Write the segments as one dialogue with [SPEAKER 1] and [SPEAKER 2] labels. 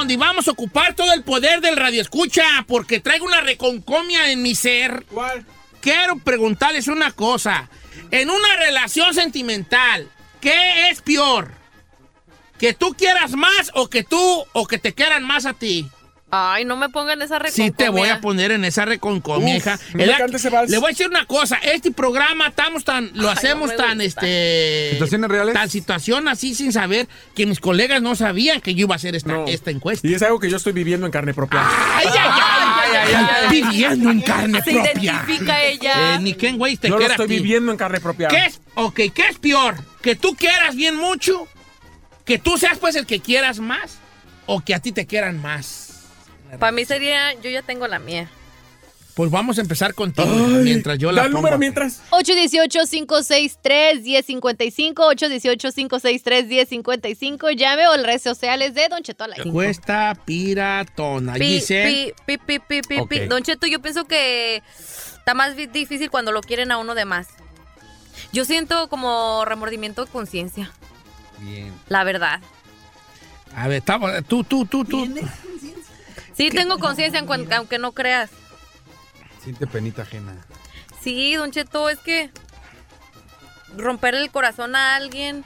[SPEAKER 1] Andy, vamos a ocupar todo el poder del radio escucha porque traigo una reconcomia en mi ser.
[SPEAKER 2] ¿Cuál?
[SPEAKER 1] Quiero preguntarles una cosa. En una relación sentimental, ¿qué es peor? ¿Que tú quieras más o que tú o que te quieran más a ti?
[SPEAKER 3] Ay, no me pongan esa reconcomia.
[SPEAKER 1] Sí, te voy a poner en esa reconcomia,
[SPEAKER 2] Uf,
[SPEAKER 1] hija.
[SPEAKER 2] me
[SPEAKER 1] El
[SPEAKER 2] encanta
[SPEAKER 1] ac-
[SPEAKER 2] ese vals.
[SPEAKER 1] Le voy a decir una cosa. Este programa estamos tan, lo
[SPEAKER 3] Ay,
[SPEAKER 1] hacemos
[SPEAKER 3] no me
[SPEAKER 1] tan,
[SPEAKER 3] gusta.
[SPEAKER 1] este...
[SPEAKER 4] ¿Situaciones reales?
[SPEAKER 1] Tan situación así sin saber que mis colegas no sabían que yo iba a hacer esta,
[SPEAKER 2] No.
[SPEAKER 1] esta encuesta. Ah,
[SPEAKER 2] Y es algo que yo estoy viviendo en carne propia.
[SPEAKER 1] ¡Ay, ay, ay! ay, ay, ay. Viviendo en carne
[SPEAKER 3] Se
[SPEAKER 1] propia.
[SPEAKER 3] identifica ella.
[SPEAKER 1] Eh, ni Ken Weiss te
[SPEAKER 2] yo lo
[SPEAKER 1] quiera
[SPEAKER 2] estoy
[SPEAKER 1] a ti.
[SPEAKER 2] viviendo en carne propia.
[SPEAKER 1] ¿Qué es? Ok, ¿qué es peor? ¿Que tú quieras bien mucho? ¿Que tú seas pues el que quieras más? ¿O que a ti te quieran más?
[SPEAKER 3] Para mí sería, yo ya tengo la mía.
[SPEAKER 1] Pues vamos a empezar contigo
[SPEAKER 2] Ay,
[SPEAKER 1] mientras yo la
[SPEAKER 2] Da el
[SPEAKER 1] pongo
[SPEAKER 2] número
[SPEAKER 1] acá.
[SPEAKER 2] mientras.
[SPEAKER 5] 818-563-1055, 818-563-1055, llame o las redes sociales de Don Cheto al aire.
[SPEAKER 1] Encuesta piratona.
[SPEAKER 3] Pi,
[SPEAKER 1] Dice...
[SPEAKER 3] pi, pi, pi, pi, pi,
[SPEAKER 4] Ok.
[SPEAKER 3] pi. Don Cheto, yo pienso que está más vi- difícil cuando lo quieren a uno de más. Yo siento como remordimiento de conciencia,
[SPEAKER 4] Bien.
[SPEAKER 3] la verdad.
[SPEAKER 1] A ver, estamos... Tú, tú, tú, tú.
[SPEAKER 3] Sí, tengo conciencia, en cuan- aunque no creas.
[SPEAKER 4] Siente penita ajena.
[SPEAKER 3] Sí, Don Cheto, es que romper el corazón a alguien.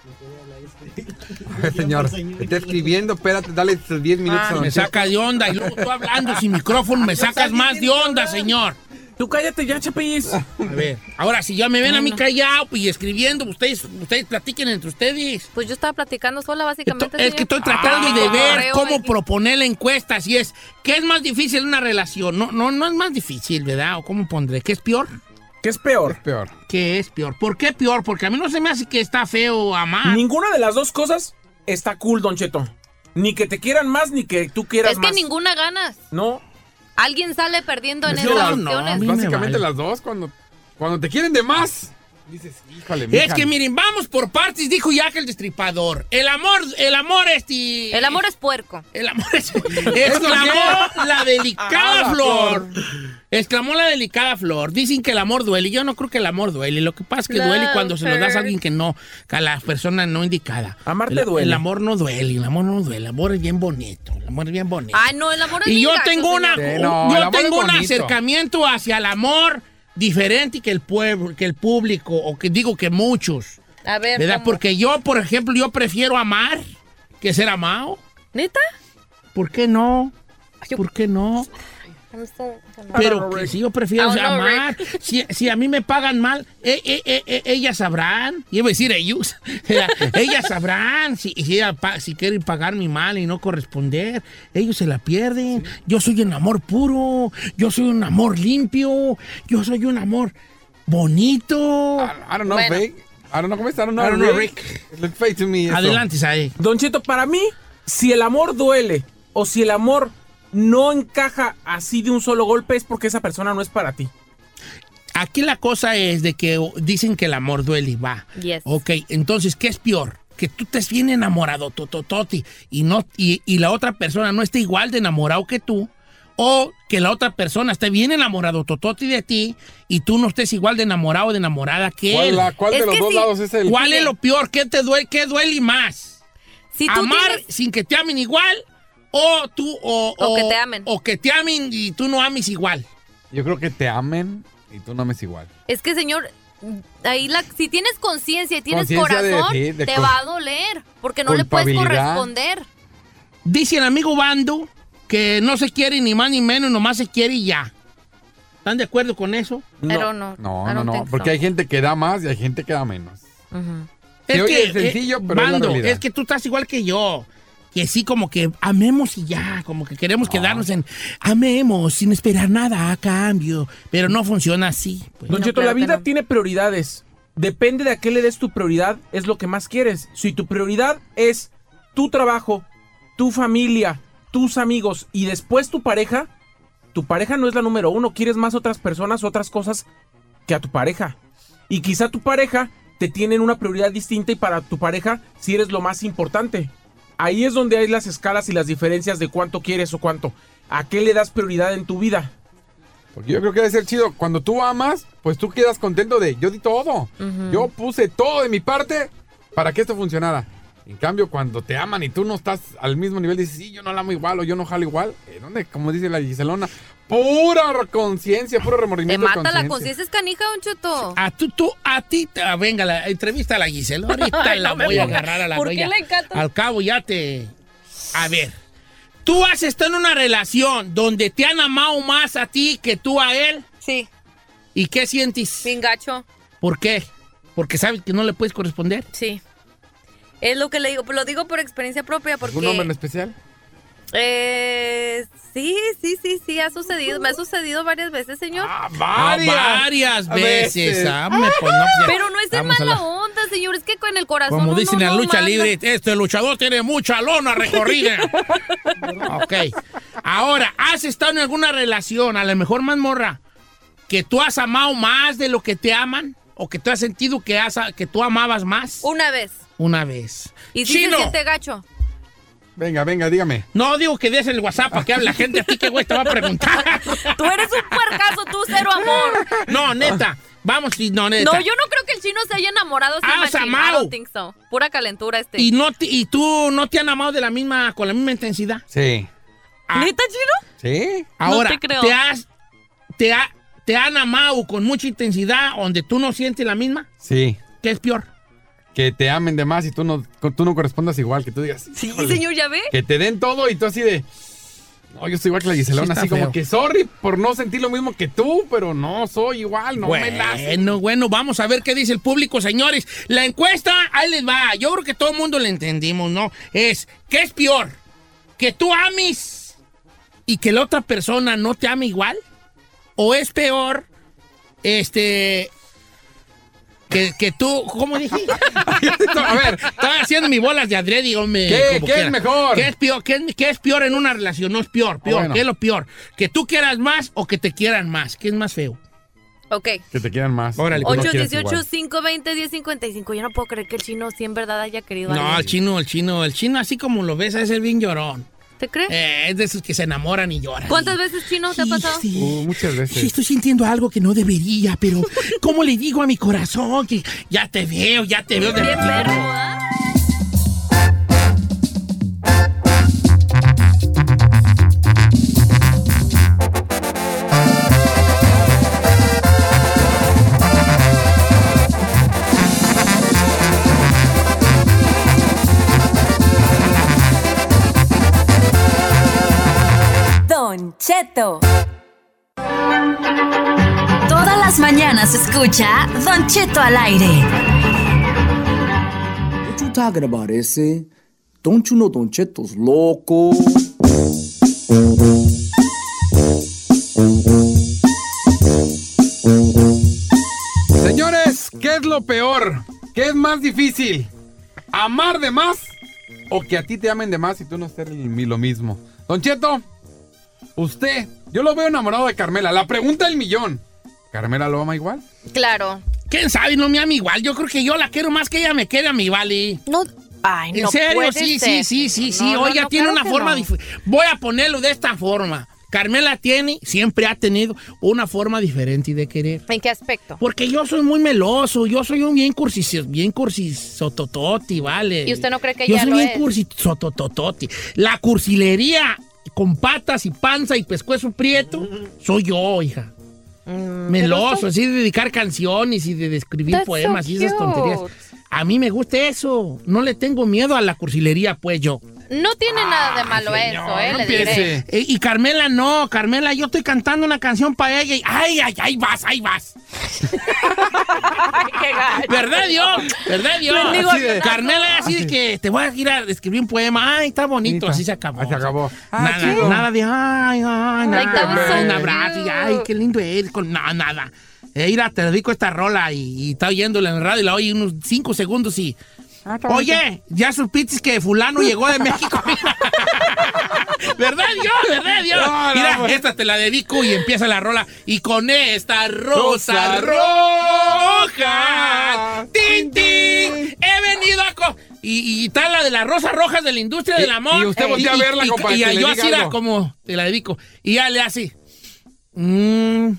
[SPEAKER 4] A ver, señor. Está escribiendo, espérate, dale sus 10 minutos
[SPEAKER 3] Ah,
[SPEAKER 4] a don
[SPEAKER 1] Me
[SPEAKER 4] Cheto.
[SPEAKER 1] saca de onda y luego tú hablando sin micrófono me sacas más de onda, señor.
[SPEAKER 2] Tú cállate ya, Chapis.
[SPEAKER 1] A ver, ahora si ya me ven a mí callado pues, y escribiendo, ustedes, ustedes platiquen entre ustedes.
[SPEAKER 3] Pues yo estaba platicando sola,
[SPEAKER 1] Esto-
[SPEAKER 3] básicamente.
[SPEAKER 1] es que estoy tratando de ver cómo proponer la encuesta, si es, ¿qué es más difícil en una relación? No, no, no es más difícil, ¿verdad? ¿O cómo pondré? ¿Qué es peor?
[SPEAKER 2] ¿Qué es peor?
[SPEAKER 4] Peor.
[SPEAKER 1] ¿Qué es peor? ¿Por qué peor? Porque a mí no se me hace que está feo amar.
[SPEAKER 2] Ninguna de las dos cosas está cool, Don Cheto. Ni que te quieran más, ni que tú quieras
[SPEAKER 3] Es que
[SPEAKER 2] más.
[SPEAKER 3] ninguna ganas.
[SPEAKER 2] No.
[SPEAKER 3] Alguien sale perdiendo en
[SPEAKER 1] Yo
[SPEAKER 3] esas
[SPEAKER 1] no, a
[SPEAKER 3] opciones.
[SPEAKER 1] mí- me
[SPEAKER 4] Básicamente
[SPEAKER 1] vale.
[SPEAKER 4] las dos, cuando, cuando te quieren de más, dices, híjole, mija.
[SPEAKER 1] Es que miren, vamos por partes, dijo Jack el destripador. El amor, el amor este...
[SPEAKER 3] El amor es puerco.
[SPEAKER 1] El amor es... exclamó la delicada
[SPEAKER 2] Ah, la
[SPEAKER 1] flor. Exclamó la delicada flor. Dicen que el amor duele. Yo no creo que el amor duele. Lo que pasa es que duele
[SPEAKER 3] Love
[SPEAKER 1] cuando se lo das a
[SPEAKER 3] hurts.
[SPEAKER 1] alguien que no, a la persona no indicada.
[SPEAKER 2] Amar
[SPEAKER 1] El-
[SPEAKER 2] te duele.
[SPEAKER 1] El amor no duele, el amor no duele. El amor es bien bonito. El amor es bien bonito.
[SPEAKER 3] Ay, no, el amor es
[SPEAKER 1] y
[SPEAKER 3] bien
[SPEAKER 1] yo
[SPEAKER 3] gacho,
[SPEAKER 1] tengo una,
[SPEAKER 3] señor.
[SPEAKER 4] Sí, no, el
[SPEAKER 1] yo
[SPEAKER 4] amor es
[SPEAKER 1] tengo un
[SPEAKER 4] bonito.
[SPEAKER 1] acercamiento hacia el amor diferente que el pueblo, que el público, o que digo que muchos.
[SPEAKER 3] A ver.
[SPEAKER 1] ¿Verdad?
[SPEAKER 3] ¿cómo?
[SPEAKER 1] Porque yo, por ejemplo, yo prefiero amar que ser amado.
[SPEAKER 3] ¿Neta?
[SPEAKER 1] ¿Por qué no?
[SPEAKER 3] yo-
[SPEAKER 1] ¿Por qué no?
[SPEAKER 3] I'm so-
[SPEAKER 1] Pero que si yo prefiero
[SPEAKER 3] I don't know,
[SPEAKER 1] amar, si, si a mí me pagan mal, eh, eh, eh, eh, ellas sabrán, iba a decir ellos, ellas sabrán si, si, ella pa- si quieren pagarme mal y no corresponder, ellos se la pierden, yo soy un amor puro, yo soy un amor limpio, yo soy un amor bonito.
[SPEAKER 4] I, I don't know,
[SPEAKER 3] Bueno.
[SPEAKER 4] Rick. I don't know, ¿cómo está? I don't know,
[SPEAKER 1] I don't know,
[SPEAKER 4] Rick. Look fake to me. eso.
[SPEAKER 1] Adelante, Sae.
[SPEAKER 2] Don Cheto, para mí, si el amor duele o si el amor no encaja así de un solo golpe, es porque esa persona no es para ti.
[SPEAKER 1] Aquí la cosa es de que o, dicen que el amor duele y va.
[SPEAKER 3] Yes.
[SPEAKER 1] Ok, entonces, ¿qué es peor? Que tú estés bien enamorado, totototi, y, no, y, y la otra persona no esté igual de enamorado que tú, o que la otra persona esté bien enamorado, tototi, de ti, y tú no estés igual de enamorado o de enamorada que
[SPEAKER 4] ¿Cuál,
[SPEAKER 1] él.
[SPEAKER 4] la- cuál
[SPEAKER 3] Es
[SPEAKER 4] de los
[SPEAKER 3] que
[SPEAKER 4] dos
[SPEAKER 3] sí.
[SPEAKER 4] lados es el?
[SPEAKER 1] ¿Cuál es lo peor? ¿Qué te duele, qué duele más?
[SPEAKER 3] Si tú
[SPEAKER 1] ¿Amar
[SPEAKER 3] tienes-
[SPEAKER 1] sin que te amen igual? O tú, o,
[SPEAKER 3] O que te amen.
[SPEAKER 1] O que te amen y tú no ames igual.
[SPEAKER 4] Yo creo que te amen y tú no ames igual.
[SPEAKER 3] Es que, señor, ahí la... si tienes conciencia y tienes
[SPEAKER 4] Conciencia de-
[SPEAKER 3] corazón,
[SPEAKER 4] sí, de
[SPEAKER 3] te
[SPEAKER 4] cul-
[SPEAKER 3] va a doler. Porque no le puedes
[SPEAKER 4] culpabilidad.
[SPEAKER 3] corresponder.
[SPEAKER 1] Dice el amigo Bando que no se quiere ni más ni menos, nomás se quiere y ya. ¿Están de acuerdo con eso?
[SPEAKER 3] Pero no.
[SPEAKER 4] No,
[SPEAKER 3] I
[SPEAKER 4] no,
[SPEAKER 3] don't
[SPEAKER 4] no.
[SPEAKER 3] think so.
[SPEAKER 4] Porque hay gente que da más y hay gente que da menos.
[SPEAKER 3] Ujú.
[SPEAKER 4] Se oye sencillo, pero es la
[SPEAKER 1] eh, Bando,
[SPEAKER 4] realidad.
[SPEAKER 1] es que tú estás igual que yo. Que sí, como que amemos y ya, como que
[SPEAKER 4] Ah.
[SPEAKER 1] queremos quedarnos en amemos sin esperar nada a cambio, pero no funciona así. pues.
[SPEAKER 2] Don
[SPEAKER 3] No,
[SPEAKER 2] Cheto, la
[SPEAKER 3] claro que
[SPEAKER 2] vida
[SPEAKER 3] no.
[SPEAKER 2] tiene prioridades. Depende de a qué le des tu prioridad, es lo que más quieres. Si tu prioridad es tu trabajo, tu familia, tus amigos y después tu pareja, tu pareja no es la número uno. Quieres más otras personas, otras cosas que a tu pareja. Y quizá tu pareja te tienen una prioridad distinta y para tu pareja si eres lo más importante. Ahí es donde hay las escalas y las diferencias de cuánto quieres o cuánto. ¿A qué le das prioridad en tu vida?
[SPEAKER 4] Porque yo creo que debe ser chido. Cuando tú amas, pues tú quedas contento de yo di todo. Yo puse todo de mi parte para que esto funcionara. En cambio, cuando te aman y tú no estás al mismo nivel, dices, sí, yo no la amo igual o yo no jalo igual. ¿eh, ¿Dónde? Como dice la Giselona, pura conciencia, puro
[SPEAKER 3] Te
[SPEAKER 4] remordimiento. de
[SPEAKER 3] mata la conciencia escanija, Don Cheto.
[SPEAKER 4] Ah.
[SPEAKER 1] A tú, tú, a ti, te- ah, venga, la entrevista a la Gisela. Ahorita
[SPEAKER 3] Ay,
[SPEAKER 1] la
[SPEAKER 3] no me
[SPEAKER 1] voy a
[SPEAKER 3] ponga.
[SPEAKER 1] agarrar a la
[SPEAKER 3] ¿Por qué
[SPEAKER 1] huella.
[SPEAKER 3] le encanta?
[SPEAKER 1] Al cabo ya te... A ver, tú has estado en una relación donde te han amado más a ti que tú a él.
[SPEAKER 3] Sí,
[SPEAKER 1] ¿Y qué sientes?
[SPEAKER 3] bien gacho.
[SPEAKER 1] ¿Por qué? Porque sabes que no le puedes corresponder.
[SPEAKER 3] Sí. Es lo que le digo, pues lo digo por experiencia propia
[SPEAKER 4] ¿Un hombre en
[SPEAKER 3] porque
[SPEAKER 4] especial?
[SPEAKER 3] eh, sí, sí, sí, sí, ha sucedido, me ha sucedido varias veces, señor.
[SPEAKER 4] Ah,
[SPEAKER 1] Ah,
[SPEAKER 4] varias.
[SPEAKER 1] varias veces.
[SPEAKER 4] veces.
[SPEAKER 1] ah, hombre, pues no, pues ya.
[SPEAKER 3] Pero no es de
[SPEAKER 1] Vamos a
[SPEAKER 3] mala
[SPEAKER 1] la-
[SPEAKER 3] onda, señor, es que con el corazón
[SPEAKER 1] Como
[SPEAKER 3] uno
[SPEAKER 1] dicen en la
[SPEAKER 3] no
[SPEAKER 1] lucha
[SPEAKER 3] manda.
[SPEAKER 1] libre, este luchador tiene mucha lona recorrida. ok. Ahora, ¿has estado en alguna relación, a lo mejor más morra, que tú has amado más de lo que te aman? ¿O que tú has sentido que, has, que tú amabas más?
[SPEAKER 3] Una vez.
[SPEAKER 1] Una vez.
[SPEAKER 3] Y sí
[SPEAKER 1] ¡Chino!
[SPEAKER 3] se siente gacho.
[SPEAKER 4] Venga, venga, dígame.
[SPEAKER 1] No digo que des el WhatsApp para que hable la gente a ti que güey te va a preguntar.
[SPEAKER 3] Tú eres un puercazo, tú cero amor.
[SPEAKER 1] no, neta. Vamos, sí, no, neta.
[SPEAKER 3] No, yo no creo que el chino se haya enamorado. así
[SPEAKER 1] Ah,
[SPEAKER 3] machín. I
[SPEAKER 1] Samao.
[SPEAKER 3] don't think so. Pura calentura este.
[SPEAKER 1] y, no te- y tú no te han amado de la misma, con la misma intensidad.
[SPEAKER 4] Sí.
[SPEAKER 1] Ah,
[SPEAKER 3] ¿Neta, chino?
[SPEAKER 4] ¿Sí?
[SPEAKER 1] Ahora,
[SPEAKER 3] te creo.
[SPEAKER 1] has, te, ha- te han amado con mucha intensidad donde tú no sientes la misma.
[SPEAKER 4] Sí.
[SPEAKER 1] ¿Qué es peor?
[SPEAKER 4] Que te amen de más y tú no, tú no correspondas igual, que tú digas.
[SPEAKER 3] Sí,
[SPEAKER 4] "Híjole".
[SPEAKER 3] señor, ya ve.
[SPEAKER 4] Que te den todo y tú así de. No, yo soy igual que la Giselona,
[SPEAKER 1] Sí está
[SPEAKER 4] así como
[SPEAKER 1] feo.
[SPEAKER 4] que sorry por no sentir lo mismo que tú, pero no soy igual, no me las.
[SPEAKER 1] bueno, bueno, vamos a ver qué dice el público, señores. La encuesta, ahí les va. Yo creo que todo el mundo la entendimos, ¿no? Es, ¿qué es peor? ¿Que tú ames y que la otra persona no te ame igual? ¿O es peor, este... Que, que tú, ¿cómo dije?
[SPEAKER 4] A ver,
[SPEAKER 1] Estaba haciendo mis bolas de adrede, hombre.
[SPEAKER 4] ¿Qué?
[SPEAKER 1] como
[SPEAKER 4] ¿Qué es mejor? Ah,
[SPEAKER 1] ¿Qué es peor? ¿Qué es, qué es peor en una relación? No es peor, peor.
[SPEAKER 4] Bueno.
[SPEAKER 1] ¿Qué es lo peor? ¿Que tú quieras más o que te quieran más? ¿Qué es más feo?
[SPEAKER 3] Ok.
[SPEAKER 4] que te quieran más.
[SPEAKER 1] Órale,
[SPEAKER 4] Que pues no quieras
[SPEAKER 3] 818
[SPEAKER 4] igual.
[SPEAKER 3] 520 1055 Yo no puedo creer que el chino sí en verdad haya querido a
[SPEAKER 1] No, el
[SPEAKER 3] alguien.
[SPEAKER 1] chino, el chino, el chino, así como lo ves, es el bien llorón.
[SPEAKER 3] ¿Te crees?
[SPEAKER 1] Eh, es de esos que se enamoran y lloran.
[SPEAKER 3] ¿Cuántas veces chino te ha
[SPEAKER 1] Sí,
[SPEAKER 3] pasado?
[SPEAKER 1] sí.
[SPEAKER 4] Uh, muchas veces.
[SPEAKER 1] Sí, estoy sintiendo algo que no debería, pero ¿cómo le digo a mi corazón que ya te veo, ya te veo?
[SPEAKER 3] Bien perro, ¿ah?
[SPEAKER 6] Don Cheto. Todas las mañanas escucha Don Cheto al aire.
[SPEAKER 7] What you talking about, ese? Don't you know Don Cheto's loco?
[SPEAKER 4] Señores, ¿qué es lo peor? ¿Qué es más difícil? ¿Amar de más? ¿O que a ti te amen de más y tú no ser ni lo mismo? Don Cheto, usted, yo lo veo enamorado de Carmela. La pregunta del millón. ¿Carmela lo ama igual?
[SPEAKER 3] Claro.
[SPEAKER 1] ¿Quién sabe? No me ama igual. Yo creo que yo la quiero más que ella me quiere a mi, vale.
[SPEAKER 3] No. Ay,
[SPEAKER 1] En
[SPEAKER 3] no
[SPEAKER 1] serio,
[SPEAKER 3] puede
[SPEAKER 1] sí,
[SPEAKER 3] ser.
[SPEAKER 1] sí, sí, sí, sí.
[SPEAKER 3] No, no,
[SPEAKER 1] Oiga,
[SPEAKER 3] no,
[SPEAKER 1] tiene
[SPEAKER 3] claro
[SPEAKER 1] una
[SPEAKER 3] que
[SPEAKER 1] forma
[SPEAKER 3] no.
[SPEAKER 1] dif- Voy a ponerlo de esta forma. Carmela tiene, siempre ha tenido una forma diferente de querer.
[SPEAKER 3] ¿En qué aspecto?
[SPEAKER 1] Porque yo soy muy meloso, yo soy un bien cursi, bien cursisotototi, ¿vale?
[SPEAKER 5] ¿Y usted no cree que
[SPEAKER 1] Yo
[SPEAKER 5] ella
[SPEAKER 1] soy
[SPEAKER 5] lo
[SPEAKER 1] bien
[SPEAKER 5] es?
[SPEAKER 1] cursisotototi. La cursilería con patas y panza y pescuezo prieto, soy yo, hija. Meloso, así de dedicar canciones y de describir
[SPEAKER 5] Mm, That's so
[SPEAKER 1] poemas y esas
[SPEAKER 5] cute.
[SPEAKER 1] tonterías. A mí me gusta eso. No le tengo miedo a la cursilería, pues yo.
[SPEAKER 5] No tiene nada de malo eso, ¿eh?
[SPEAKER 4] no
[SPEAKER 5] le diré.
[SPEAKER 4] empiece.
[SPEAKER 1] Eh, y Carmela no, Carmela, yo estoy cantando una canción para ella y ay, ay, ahí vas, ahí vas. ¿Verdad Dios? ¿Verdad Dios?
[SPEAKER 4] Bendigo
[SPEAKER 1] Así de-
[SPEAKER 4] al
[SPEAKER 1] Carmela así de que te voy a ir a escribir un poema, ay, está bonito,
[SPEAKER 4] Bonita.
[SPEAKER 1] así se acabó.
[SPEAKER 4] Así se acabó. Ah,
[SPEAKER 1] nada,
[SPEAKER 4] chido.
[SPEAKER 1] nada de ay, ay,
[SPEAKER 5] Ay,
[SPEAKER 1] nada,
[SPEAKER 5] that was
[SPEAKER 4] so
[SPEAKER 1] un abrazo y
[SPEAKER 5] cute.
[SPEAKER 1] ay, qué lindo es, con nada, nada. Eh, mira, te dedico esta rola y, y está oyéndola en el radio y la oye unos cinco segundos y... Oye, ya supiste que fulano llegó de México. ¿Verdad Dios? ¿Verdad Dios?
[SPEAKER 4] No, no,
[SPEAKER 1] Mira,
[SPEAKER 4] pues.
[SPEAKER 1] esta te la dedico y empieza la rola. Y con esta rosa
[SPEAKER 4] Rosa
[SPEAKER 1] roja,
[SPEAKER 4] roja,
[SPEAKER 1] tin,
[SPEAKER 4] tin,
[SPEAKER 1] tin, he venido a... co- y, y tal la de las rosas rojas de la industria
[SPEAKER 4] Y-
[SPEAKER 1] del amor.
[SPEAKER 4] y usted
[SPEAKER 1] Eh,
[SPEAKER 4] voltea a verla,
[SPEAKER 1] y-
[SPEAKER 4] compadre,
[SPEAKER 1] Y,
[SPEAKER 4] que le
[SPEAKER 1] yo
[SPEAKER 4] diga
[SPEAKER 1] así la
[SPEAKER 4] algo.
[SPEAKER 1] como, te la dedico. Y ya le hace... mm,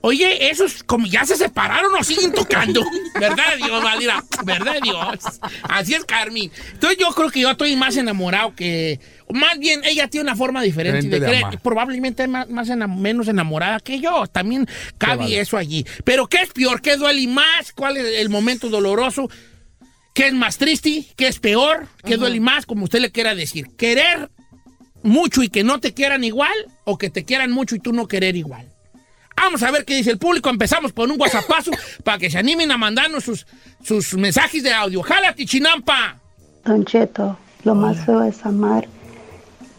[SPEAKER 1] Oye, esos como ya se separaron o siguen tocando. ¿Verdad, Dios, Valira? ¿Verdad, Dios? Así es, Carmen. Entonces yo creo que yo estoy más enamorado que... Más bien, ella tiene una forma diferente
[SPEAKER 4] Diferente
[SPEAKER 1] de
[SPEAKER 4] de
[SPEAKER 1] creer.
[SPEAKER 4] amar.
[SPEAKER 1] Probablemente más, más ena- menos enamorada que yo. También cabe
[SPEAKER 4] vale.
[SPEAKER 1] eso allí. Pero ¿qué es peor? ¿Qué duele más? ¿Cuál es el momento doloroso? ¿Qué es más triste? ¿Qué es peor? ¿Qué duele más? Como usted le quiera decir. ¿Querer mucho y que no te quieran igual? ¿O que te quieran mucho y tú no querer igual? Vamos a ver qué dice el público. Empezamos por un WhatsAppazo para que se animen a mandarnos sus, sus mensajes de audio. ¡Jálate, chinampa!
[SPEAKER 8] Don Cheto, lo más feo es amar